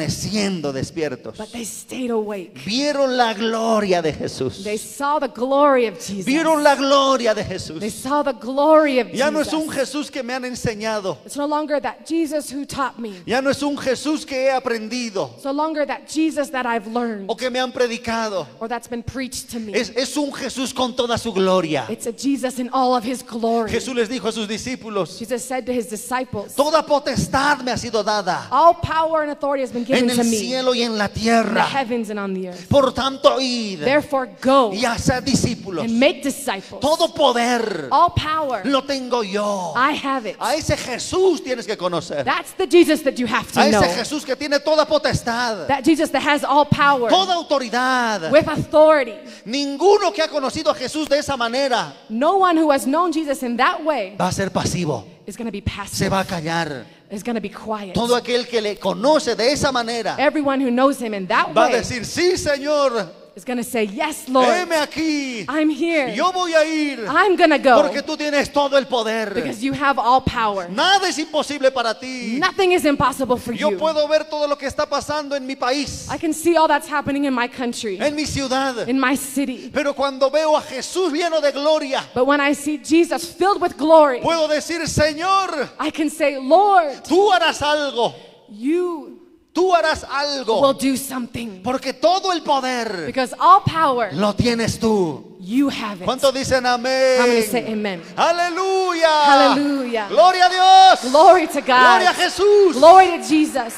permaneciendo despiertos. but they stayed awake. Vieron la gloria de Jesús. They saw the glory of Jesus. Vieron la gloria de They Jesús. saw the glory of Ya no es Jesus. un Jesús que me han enseñado. It's no longer that Jesus who taught me. Ya no es un Jesús que he aprendido It's no longer that Jesus that I've learned o que me han predicado. or that's been preached to me. Es, es un Jesús con toda su gloria. It's a Jesus in all of his glory. Jesús les dijo a sus discípulos, Jesus said to his disciples, toda potestad me ha sido dada All power and authority has been given en to el me in cielo y en la the tierra. heavens and on the earth. Por tanto, id Therefore, go y haced discípulos. and make disciples. Todo poder All power, lo tengo yo. I have it. A ese Jesús tienes que conocer. That's the Jesus that you have A to ese know. Jesús que tiene toda potestad, That Jesus that has all power toda autoridad. with authority. Ninguno que ha conocido a Jesús de esa manera No one who has known Jesus in that way va a ser pasivo, is going to be se passive, va a callar. is going to be quiet. Todo aquel que le conoce de esa manera Everyone who knows him in that va a way decir, sí Señor, is going to say, Yes, Lord, heme aquí, I'm here. yo voy a ir, I'm going to go porque tú tienes todo el poder. because you have all power. Nada es imposible para ti. Nothing is impossible for Yo you. puedo ver todo lo que está pasando en mi país, I can see all that's happening in my country, en mi ciudad, in my city. pero cuando veo a Jesús lleno de gloria, But when I see Jesus filled with glory, puedo decir, Señor, I can say, Lord, tú harás algo, you tú harás will algo, do something. porque todo el poder Because all power, Lo tienes tú. you have it. ¿Cuántos dicen How many say amén? amen? Aleluya. Aleluya. Gloria a Dios. Glory to Gloria God. a Jesús. Glory to Jesus.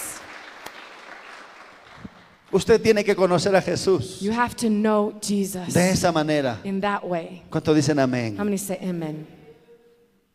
Usted tiene que conocer a Jesús You have to know Jesus de esa manera. in that way. ¿Cuántos dicen How amén? many say amen?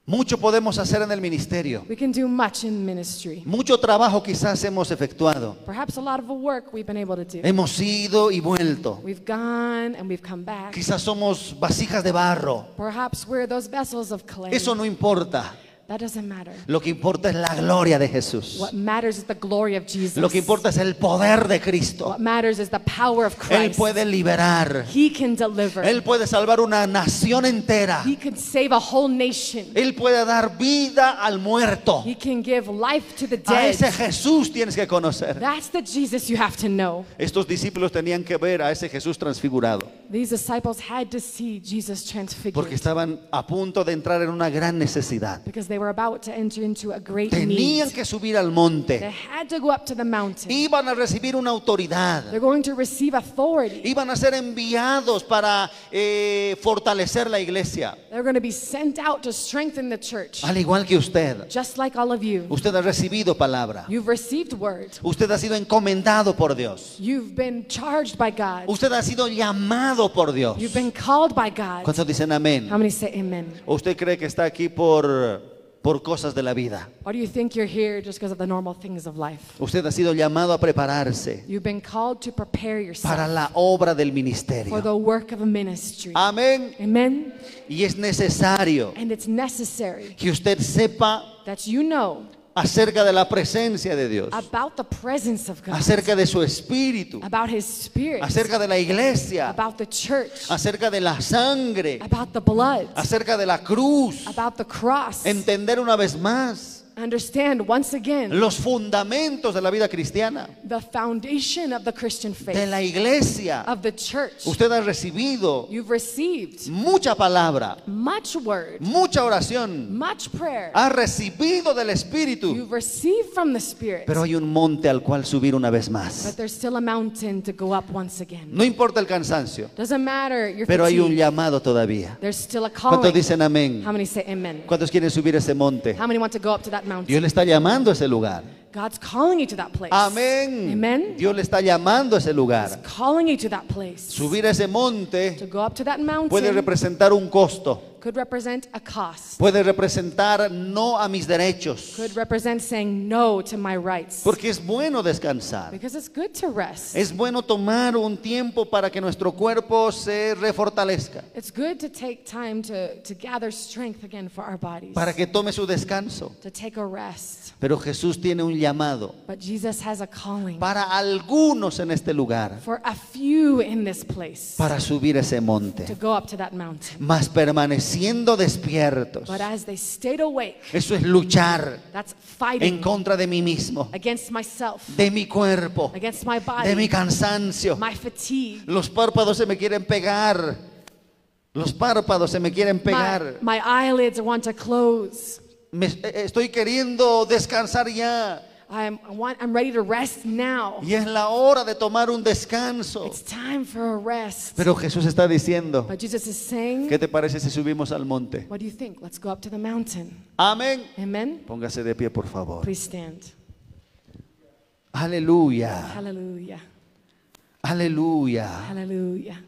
Mucho podemos hacer en el ministerio. We can do much in ministry. Mucho trabajo quizás hemos efectuado. Perhaps a lot of the work we've been able to do. Hemos ido y vuelto. We've gone and we've come back. Quizás somos vasijas de barro. Perhaps we're those vessels of clay. Eso no importa. That doesn't matter. Lo que importa es la gloria de Jesús. What matters is the glory of Jesus. Lo que importa es el poder de Cristo. What matters is the power of Él Christ. puede liberar. He can deliver. Él puede salvar una nación entera. He can save a whole nation. Él puede dar vida al muerto. He can give life to the A dead. ese Jesús tienes que conocer. That's the Jesus you have to know. Estos discípulos tenían que ver a ese Jesús transfigurado, These disciples had to see Jesus porque transfigured estaban a punto de entrar en una gran necesidad. because they were about to enter into a great Tenían need. que subir al They monte, had to go up to the mountain. iban a recibir una autoridad, They're going to receive authority. iban a ser enviados para eh, fortalecer la iglesia, They're going to be sent out to strengthen the church, al igual que usted. just like all of you. Usted ha recibido palabra, You've received word. usted ha sido encomendado por Dios, You've been charged by God. usted ha sido llamado por Dios. You've been called by God. ¿Cuántos dicen amén? How many say amen? ¿O usted cree que está aquí por, por cosas de la vida? Or do you think you're here just because of the normal things of life? Usted ha sido llamado a prepararse You've been called to prepare yourself para Ah. la obra del for ministerio. the work of a ministry. Amén. Amen? Y es necesario And it's necessary que usted sepa that you know acerca de la presencia de Dios, about the presence of God, acerca de su espíritu, about His Spirit, acerca de la iglesia, about the church, acerca de la sangre, about the blood, acerca de la cruz. about the cross. Entender una vez más Understand once again los fundamentos de la vida cristiana, the foundation of the Christian de faith, la iglesia. of the church. Usted ha recibido You've received mucha palabra, much word, mucha oración, much prayer. ha recibido del Espíritu, You've received from the Spirit, pero hay un monte al cual subir una vez but más. there's still a mountain to go up once again. No importa el cansancio, Doesn't matter your pero hay un fatigue, llamado todavía. there's still a ¿Cuántos calling. dicen amén? How many say amen? ¿Cuántos quieren subir ese monte? How many want to go up to that mountain? Dios le está llamando a ese lugar. God's calling you to that place. Amén. Amen. Dios le está llamando a ese He's lugar. calling you to that place. Subir ese To monte go up to that puede mountain representar un costo. could represent a cost, Puede representar no a mis derechos. could represent saying no to my rights. Porque es bueno descansar. Because it's good to rest. Es bueno tomar un tiempo para que nuestro cuerpo se refortalezca. It's good to take time to, to gather strength again for our bodies, Para que tome su descanso. to take a rest. Pero Jesús tiene un llamado But Jesus has a calling para algunos en este lugar. for a few in this place Para subir ese to monte. go up to that mountain. Mas permaneciendo despiertos. But as they stayed awake, Eso es luchar that's en fighting contra de mí mismo. against myself, De mi cuerpo. against my De mi body, cansancio. my fatigue, Los párpados se me quieren pegar. Los párpados se me quieren my, pegar. my eyelids want to close. Me- eh, estoy queriendo descansar ya. I'm, I want, I'm ready to rest now. Y es la hora de tomar un descanso. It's time for a rest. Pero Jesús está diciendo, But Jesus is saying, ¿qué te parece si subimos al monte? What do you think? Let's go up to the mountain. Amén. Amen. Póngase de pie, por favor. Please stand. Aleluya. Hallelujah. Aleluya. Hallelujah.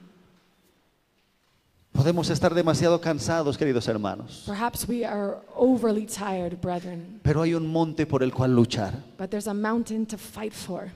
Podemos estar demasiado cansados, queridos hermanos. Perhaps we are overly tired, brethren, Pero hay un monte por el cual luchar. but there's a mountain to fight for.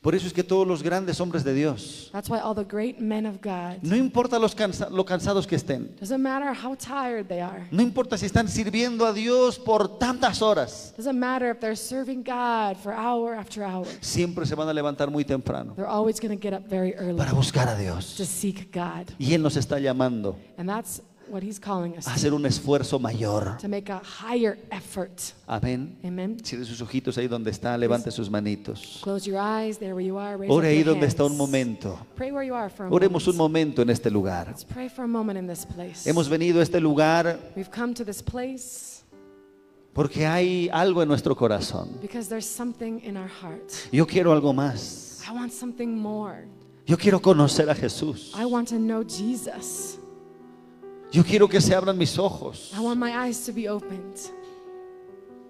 Por eso es que todos los grandes hombres de Dios, That's why all the great men of God, no importa los cansa- lo cansados que estén, doesn't matter how tired they are, No importa si están sirviendo a Dios por tantas horas, doesn't matter if they're serving God for hour after hour, siempre se van a levantar muy temprano they're always going to get up very early para buscar a to Dios. seek God. Y Él nos está llamando And that's what He's calling us to, a hacer un esfuerzo mayor. to make a higher effort. Amén. Amen. Cierre sus ojitos ahí donde está, levante sus manitos. Close your eyes, there where you are. Raise Ore up ahí your donde está un hands. momento. Pray where you are for a Oremos un moment. momento en este lugar. Let's pray for a moment in this place. Hemos venido a este lugar We've come to this place porque hay algo en nuestro corazón. because there's something in our heart. Yo quiero algo más. I want something more. Yo quiero conocer a Jesús. I want to know Jesus. Yo quiero que se abran mis ojos. I want my eyes to be opened,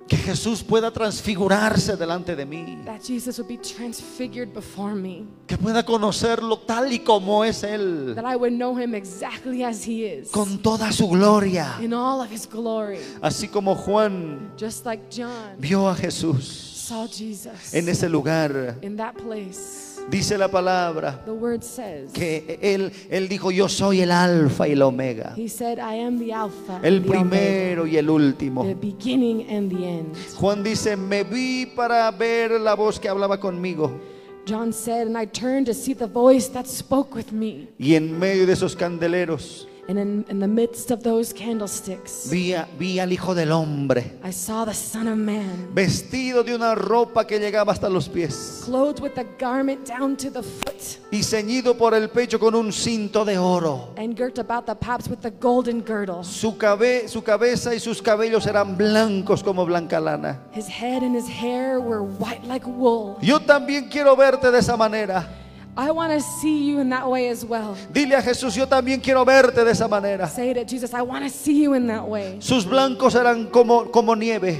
Que Jesús pueda transfigurarse delante de mí. that Jesus would be transfigured before me, que pueda conocerlo tal y como es Él, that I would know him exactly as he is, con toda su gloria. in all of his glory, Así como Juan just like John vio a Jesús saw Jesus en ese lugar, in that place. dice la palabra The word says, que Él, él dijo, yo soy el alfa y el omega, He said, I am the Alpha, el and the Omega, primero y el último. the beginning and the end. Juan dice, me vi para ver la voz que hablaba conmigo. John said, And I turned to see the voice that spoke with me. Y en medio de esos candeleros And in, in the midst of those candlesticks, vi, a- vi al Hijo del Hombre, I saw the Son of Man, vestido de una ropa que llegaba hasta los pies. clothed with a garment down to the foot, y ceñido por el pecho con un cinto de oro. and girt about the paps with a golden girdle. Su, cabe- su cabeza y sus cabellos eran blancos como blanca lana. His head and his hair were white like wool. Yo también quiero verte de esa manera. I want to see you in that way as well. Dile a Jesús, yo también quiero verte de esa manera. Say to Jesus, I want to see you in that way. Sus blancos eran como, como nieve.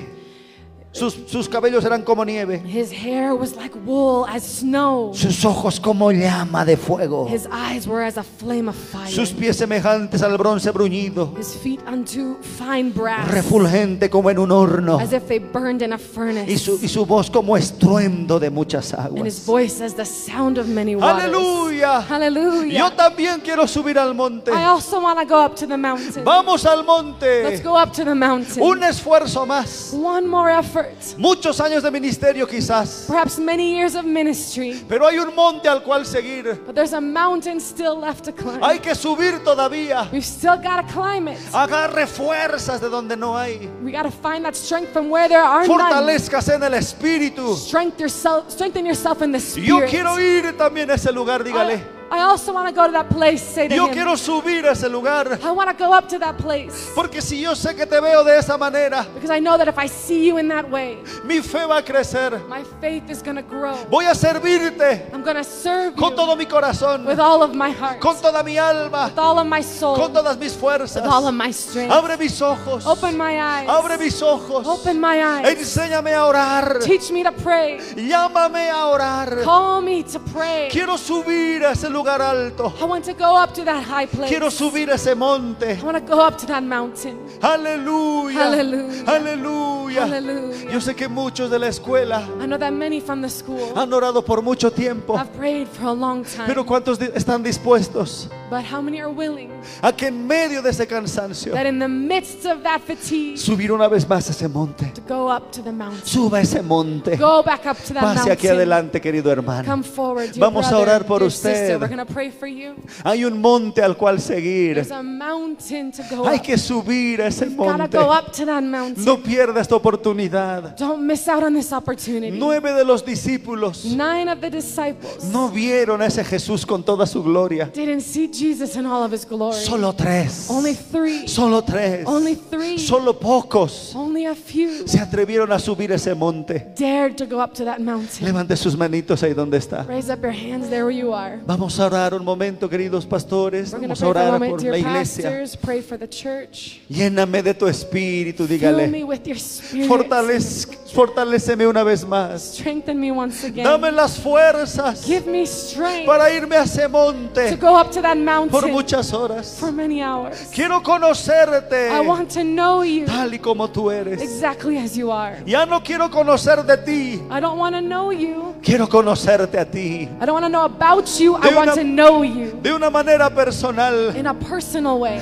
Sus, sus cabellos eran como nieve. His hair was like wool as snow. Sus ojos como llama de fuego. His eyes were as a flame of fire. Sus pies semejantes al bronce bruñido, his feet unto fine brass, refulgente como en un horno. as if they burned in a Y furnace. su, y su voz como estruendo de muchas and his aguas. voice as the sound of many waters. Aleluya. Hallelujah. Yo también quiero subir al monte. I also want to go up to the mountain. Vamos al Let's monte. go up to the mountain. Un esfuerzo más. One more effort. Muchos años de ministerio quizás. Perhaps many years of ministry, Pero hay un monte al cual seguir. but there's a mountain still left to climb. Hay que subir todavía. We've still got to climb it. Agarre fuerzas de donde no hay. We got to find that strength from where there are none. Fortalezcase en el espíritu. Strength yourself, strengthen yourself in the spirit. Yo quiero ir también a ese lugar, I, dígale. I also want to go to that place, say to Yo him. quiero subir a ese lugar. I want to go up to that place Porque si yo sé que te veo de esa manera, because I know that if I see you in that way, mi fe va a crecer. my faith is going to grow. Voy a servirte I'm going to serve con you todo mi corazón, with all of my heart, con with toda mi alma, all of my soul, con with todas mis fuerzas. all of my strength. Abre mis ojos. Open my Abre eyes. mis ojos. Open my eyes. Enséñame a orar. Teach me to pray. Llámame a orar. Call me to pray. Quiero subir a ese lugar alto. I want to go up to that high place. Quiero subir ese monte. I want to go up to that mountain. Aleluya. Aleluya. Aleluya. Aleluya. Yo sé que muchos de la escuela I know that many from the school han orado por mucho tiempo. have prayed for a long time. Ah, Pero ¿cuántos di- están dispuestos but how many are willing a que en medio de ese cansancio that in the midst of that fatigue subir una vez más ese monte? to go up to the mountain? Suba ese monte. Go back up to that Pase mountain. aquí adelante, querido hermano. Come forward, dear Vamos a brother, orar por dear usted. sister. We're going to pray for you. Hay un monte al cual seguir. There's a mountain to go Hay up. que subir a ese You've gotta monte. go up to that mountain. No pierda esta oportunidad. Don't miss out on this opportunity. Nueve de los discípulos Nine of the disciples no vieron a ese Jesús con toda su gloria. didn't see Jesus in all of his glory. Solo tres. Only three. Solo tres. Only three. Solo pocos Only a few se atrevieron a subir ese monte. dared to go up to that mountain. Levante sus manitos ahí donde está. Raise up your hands there where you are. Vamos a orar un momento, queridos pastores. We're going to Vamos a pray for a orar moment, por la dear iglesia. pastors. Pray for the church. Lléname de tu espíritu, Fill me dígale. with your spirit. Fortalec- fortaléceme una vez más. Strengthen me once again. Dame las fuerzas Give me strength para irme a ese to monte go up to that mountain por muchas horas. for many hours. Quiero conocerte I want to know you tal y como tú eres. exactly as you are. Ya no quiero conocer de ti. I don't want to know you. Quiero conocerte a ti I don't want to know about you. I De want una- to know you de una manera personal. in a personal way.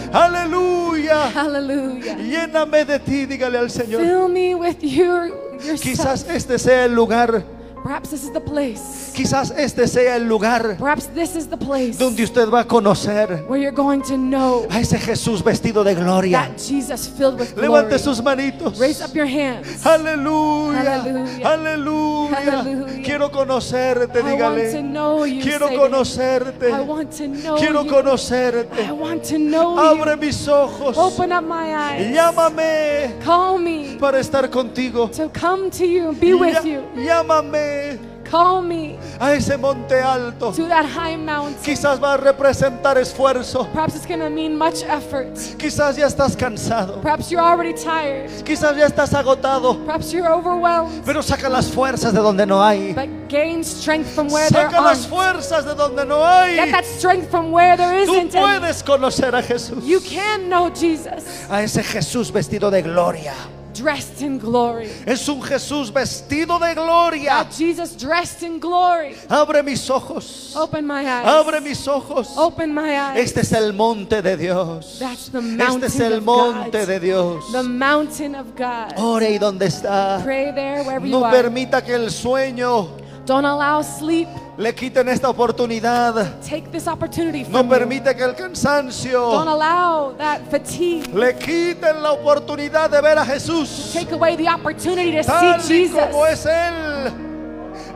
Aleluya. Hallelujah. Lléname de ti, dígale al Señor. Fill me with your yourself. Quizás este sea el lugar. Perhaps this is the place. Quizás este sea el lugar Perhaps this is the place donde usted va a conocer where you're going to know a ese Jesús vestido de gloria. that Jesus filled with glory. Levante sus manitos. Raise up your hands. Aleluya, Aleluya. aleluya. Aleluya. Quiero conocerte, I want to dígale. know you. Quiero say that. conocerte. I want to know Quiero you. I conocerte. want to know Abre you. mis ojos. Open up my eyes. Llámame Call me para estar contigo. to come to you and be with you. Llá- Llámame Call me a ese monte alto. to that high mountain. Quizás va a representar esfuerzo. Perhaps it's going to mean much effort. Quizás ya estás cansado. Perhaps you're already tired. Quizás ya estás agotado. Perhaps you're overwhelmed. Pero saca las fuerzas de donde no hay. But gain strength from where there Saca las aren't. fuerzas de donde no hay. Get that strength from where there Tú isn't any. puedes conocer a Jesús. You can know Jesus A ese Jesús vestido de gloria. dressed in glory. Es un Jesús vestido de gloria. That Jesus dressed in glory. Abre mis ojos. Open my Abre eyes. mis ojos. Open my eyes. Este es el monte de Dios. That's the Este es mountain el of God. monte de Dios. The mountain of God. Ore y donde está. Pray there wherever you Oh. No are. permita que el sueño Don't allow sleep le quiten esta oportunidad. take this opportunity No from you. permita que el Don't cansancio allow that fatigue le quiten la oportunidad de ver a Jesús. take away the opportunity to Tal see y como Jesus. es Él.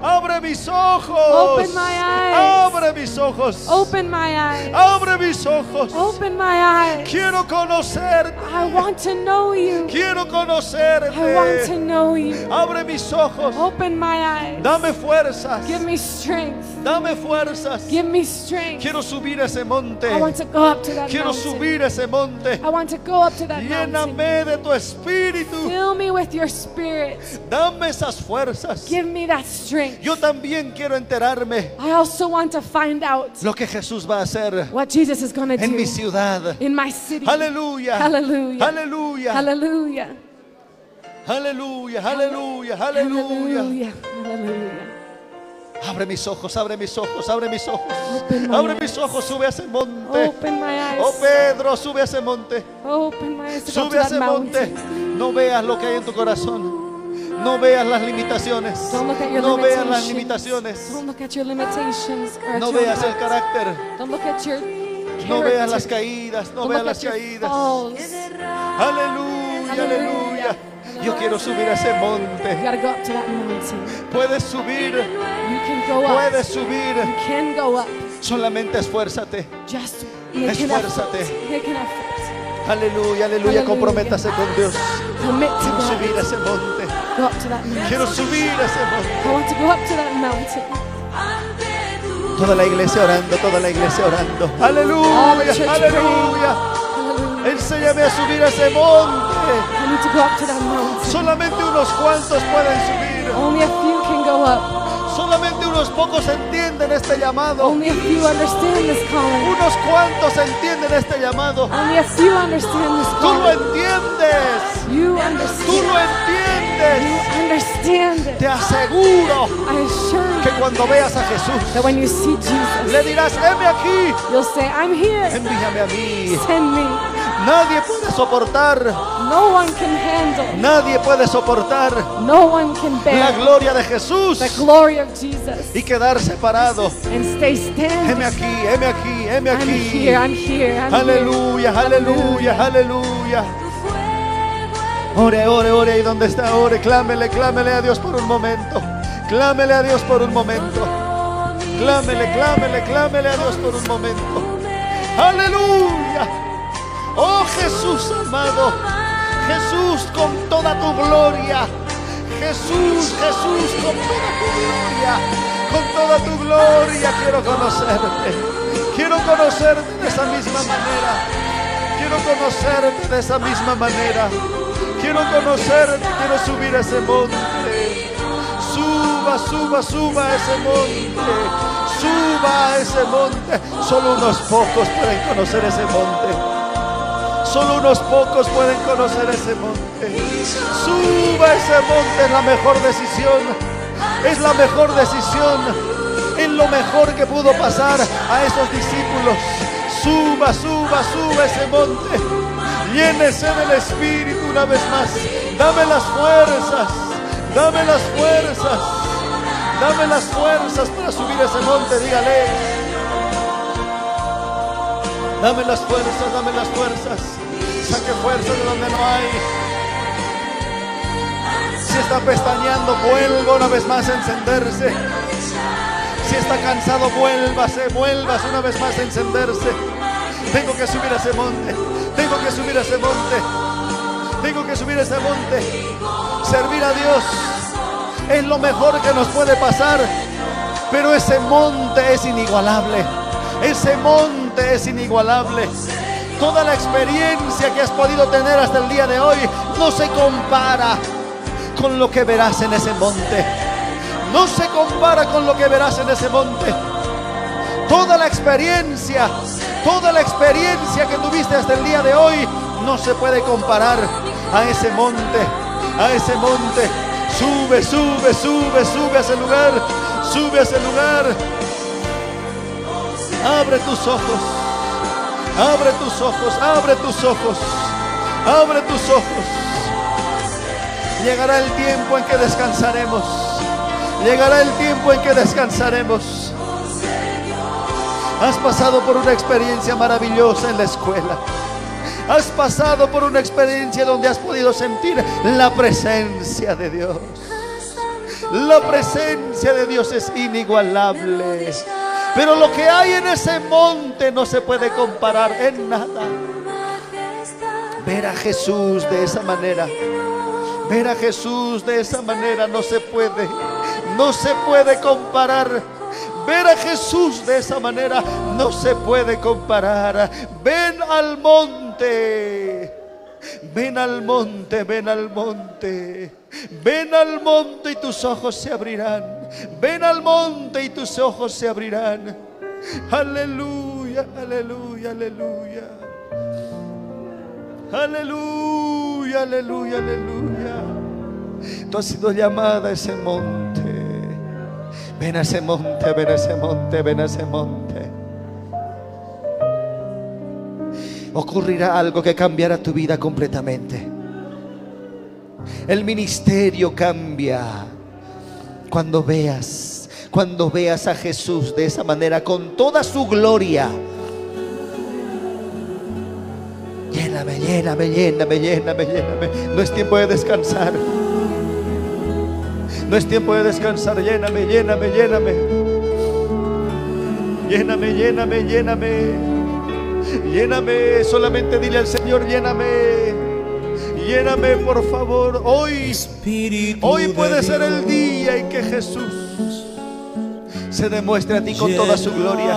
Abre mis ojos. Open my eyes. Abre mis ojos. Open my eyes. Abre mis ojos. Open my eyes. Quiero conocerte. I want to know you. Quiero I want to conocerte. know you. Abre mis ojos. Open my eyes. Dame fuerzas. Give me strength. Dame fuerzas. Give me strength. Quiero subir a ese monte. I want to go up to that Quiero mountain. subir a ese monte. I want to go up to that mountain. Lléname de tu espíritu. Fill me with your spirit. Dame esas fuerzas. Give me that strength. Yo también quiero enterarme I also want to find out lo que Jesús va a hacer what Jesus is going to en mi do ciudad. in my city. Aleluya. Aleluya. Aleluya. Hallelujah. Aleluya. Aleluya. Aleluya. Hallelujah. Hallelujah. Abre mis ojos, abre mis ojos, abre mis ojos. Open my Abre eyes. mis ojos, sube a ese monte. Open my eyes. Oh Pedro, sube a ese monte. Open my eyes to go up to Sube a that ese monte. mountain. No veas lo que hay en tu corazón. No veas las limitaciones. Don't look at your No veas limitations. las limitaciones. Don't look at your limitations or at No your veas el past. carácter. Don't look at your No veas las character. caídas. No Don't veas look at Oh las your caídas. falls. Aleluya, aleluya. Yo quiero subir a ese You monte. gotta go up to that mountain. Puedes subir. You can go up. Puedes subir. You can go up. Solamente esfuérzate. Just make an effort. Esfuérzate. Make an effort. Aleluya, aleluya. Aleluya. Comprométase con Dios. Commit to Quiero God. subir a ese monte. Go up to that mountain. Quiero subir a ese monte. I want to go up to that mountain. Toda la iglesia orando, toda la iglesia orando. All the church Aleluya, aleluya. praying. Hallelujah. Enséñame a subir a ese monte. I need to go up to that mountain. Solamente unos cuantos pueden subir. Only a few can go up. Solamente unos pocos entienden este llamado. Only a few understand this calling. Unos cuantos entienden este llamado. Only a few understand this Tú lo calling. entiendes. You Tú lo understand. You entiendes. understand it. Te I aseguro assure que you cuando veas a Jesús, that when you see Jesus, le dirás, heme aquí, you'll say, I'm here. envíame a mí. Send me. Nadie puede soportar, No one can handle. nadie puede soportar No one can la bear gloria de Jesús the glory of Jesus. y quedar separado. And stay Heme standing. aquí, heme aquí, heme I'm aquí. here. I'm here. I'm here. Aleluya, aleluya, aleluya. Ore, ore, ore ahí donde está, ore, clámele, clámele a Dios por un momento. Clámele a Dios por un momento. Clámele, clámele, clámele a Dios por un momento. Aleluya. Oh Jesús amado. Jesús con toda tu gloria. Jesús, Jesús con toda tu gloria. Con toda tu gloria quiero conocerte. Quiero conocerte de esa misma manera. Quiero conocerte de esa misma manera. Quiero conocerte, quiero subir a ese monte. Suba, suba, suba a ese monte. Suba a ese monte. Solo unos pocos pueden conocer ese monte. Solo unos pocos pueden conocer ese monte. Suba ese monte, es la mejor decisión. Es la mejor decisión. Es lo mejor que pudo pasar a esos discípulos. Suba, suba, suba ese monte. Llénese del Espíritu una vez más. Dame las fuerzas. Dame las fuerzas. Dame las fuerzas para subir ese monte. Dígale. Dame las fuerzas, dame las fuerzas. Saque fuerzas de donde no hay. Si está pestañeando, vuelva una vez más a encenderse. Si está cansado, vuélvase, vuélvase una vez más a encenderse. Tengo que subir a ese monte. Tengo que subir a ese monte. Tengo que subir a ese monte. Servir a Dios es lo mejor que nos puede pasar. Pero ese monte es inigualable. Ese monte es inigualable. Toda la experiencia que has podido tener hasta el día de hoy no se compara con lo que verás en ese monte. No se compara con lo que verás en ese monte. Toda la experiencia, toda la experiencia que tuviste hasta el día de hoy no se puede comparar a ese monte, a ese monte. Sube, sube, sube, sube a ese lugar, sube a ese lugar. Abre tus ojos, abre tus ojos, abre tus ojos, abre tus ojos. Llegará el tiempo en que descansaremos, llegará el tiempo en que descansaremos. Has pasado por una experiencia maravillosa en la escuela. Has pasado por una experiencia donde has podido sentir la presencia de Dios. La presencia de Dios es inigualable. Pero lo que hay en ese monte no se puede comparar en nada. Ver a Jesús de esa manera. Ver a Jesús de esa manera no se puede, no se puede comparar. Ver a Jesús de esa manera no se puede comparar. Ven al monte, ven al monte, ven al monte, ven al monte y tus ojos se abrirán. Ven al monte y tus ojos se abrirán. Aleluya, aleluya, aleluya. Aleluya, aleluya, aleluya. Tú has sido llamada a ese monte. Ven a ese monte, ven a ese monte, ven a ese monte. Ocurrirá algo que cambiará tu vida completamente. El ministerio cambia cuando veas, cuando veas a Jesús de esa manera, con toda su gloria. Lléname, lléname, lléname, lléname, lléname. No es tiempo de descansar. No es tiempo de descansar. Lléname, lléname, lléname. Lléname, lléname, lléname. Lléname. Solamente dile al Señor, lléname. Lléname, por favor. Hoy, hoy puede ser el día en que Jesús se demuestre a ti con toda su gloria.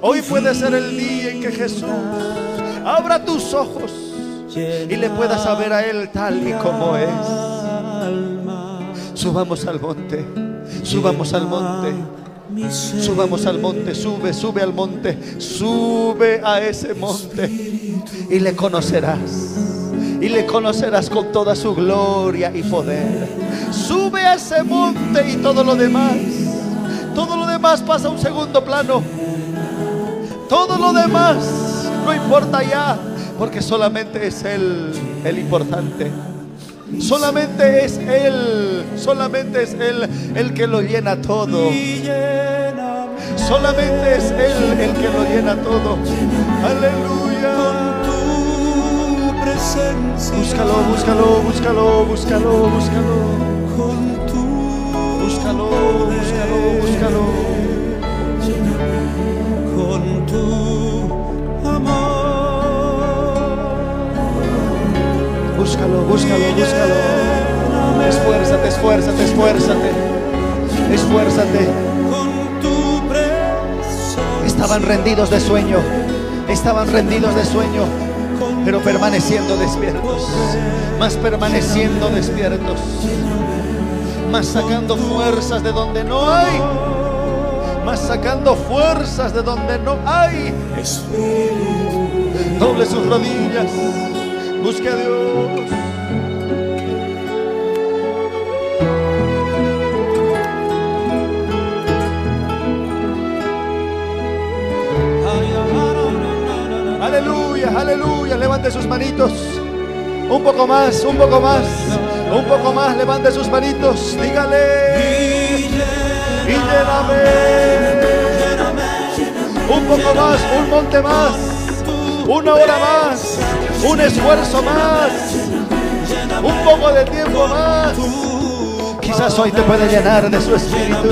Hoy puede ser el día en que Jesús abra tus ojos y le puedas saber a Él tal y como es. Subamos al monte, Subamos al monte. Subamos al monte, sube, sube al monte, sube a ese monte y le conocerás. Y le conocerás con toda su gloria y poder. Sube a ese monte y todo lo demás. Todo lo demás pasa a un segundo plano. Todo lo demás no importa ya, porque solamente es Él el importante. Solamente es Él, solamente es Él el que lo llena todo. Solamente es Él el que lo llena todo. Aleluya. tu presencia. Búscalo, búscalo, búscalo, búscalo, búscalo. Con tu, Búscalo, búscalo, búscalo. con tu amor. Búscalo, búscalo, búscalo. Esfuérzate, esfuérzate, esfuérzate. Esfuérzate. Con tu presencia. Estaban rendidos de sueño. Estaban rendidos de sueño. Pero permaneciendo despiertos. Más permaneciendo despiertos. Más sacando fuerzas de donde no hay. Más sacando fuerzas de donde no hay. Doble sus rodillas. Busque a Dios. Aleluya, aleluya. Levante sus manitos. Un poco más, un poco más. Un poco más. Levante sus manitos. Dígale. Y lléname. Un poco más, un monte más. Una hora más. Un esfuerzo más. Un poco de tiempo más. Quizás hoy te puede llenar de su espíritu.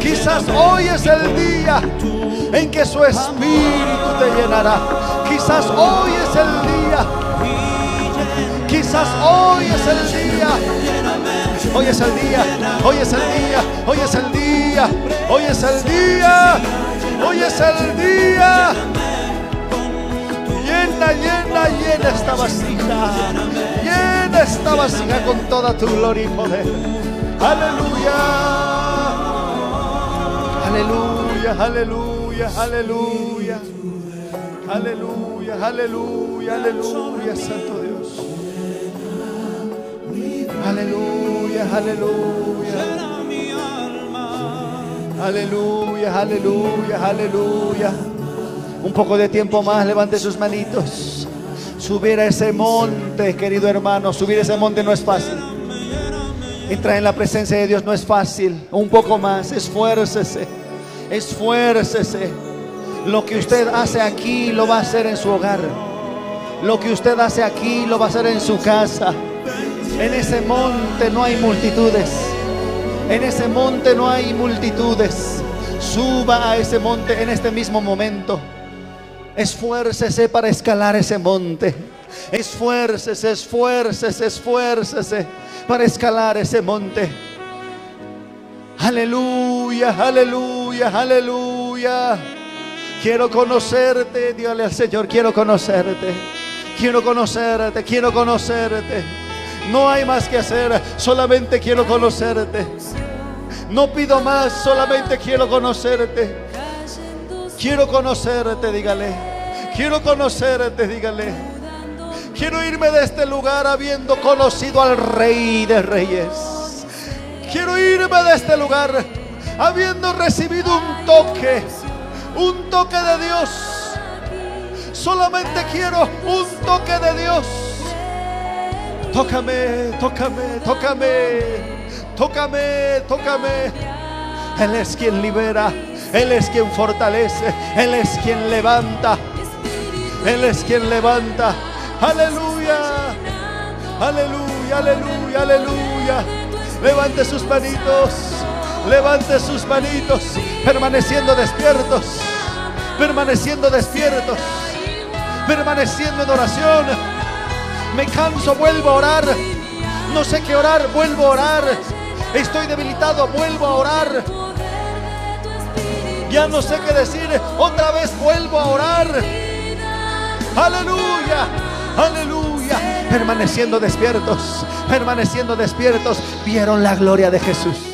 Quizás hoy es el día en que su espíritu te llenará. Quizás hoy es el día. Quizás hoy es el día. Hoy es el día. Hoy es el día. Hoy es el día. Hoy es el día. Hoy es el día. Llena, llena, llena esta vasija. Llena esta vasija con toda tu gloria y poder. Aleluya. Aleluya, aleluya, aleluya. Aleluya, aleluya, aleluya, Santo Dios. Aleluya, aleluya. Llena mi alma. Aleluya, aleluya, aleluya. Un poco de tiempo más, levante sus manitos. Subir a ese monte, querido hermano, subir ese monte no es fácil. Entrar en la presencia de Dios no es fácil. Un poco más, esfuércese, esfuércese. Lo que usted hace aquí lo va a hacer en su hogar. Lo que usted hace aquí lo va a hacer en su casa. En ese monte no hay multitudes. En ese monte no hay multitudes. Suba a ese monte en este mismo momento. Esfuércese para escalar ese monte. Esfuércese, esfuércese, esfuércese para escalar ese monte. Aleluya, aleluya, aleluya. Quiero conocerte, dígale al Señor, quiero conocerte. Quiero conocerte, quiero conocerte. No hay más que hacer, solamente quiero conocerte. No pido más, solamente quiero conocerte. Quiero conocerte, dígale. Quiero conocerte, dígale. Quiero irme de este lugar habiendo conocido al Rey de Reyes. Quiero irme de este lugar habiendo recibido un toque, un toque de Dios. Solamente quiero un toque de Dios. Tócame, tócame, tócame, tócame, tócame. Él es quien libera, Él es quien fortalece, Él es quien levanta. Él es quien levanta. Aleluya. Aleluya, aleluya, aleluya. Levante sus manitos. Levante sus manitos. Permaneciendo despiertos. Permaneciendo despiertos. Permaneciendo en oración. Me canso, vuelvo a orar. No sé qué orar, vuelvo a orar. Estoy debilitado, vuelvo a orar. Ya no sé qué decir. Otra vez vuelvo a orar. Aleluya, aleluya. Permaneciendo despiertos, permaneciendo despiertos, vieron la gloria de Jesús.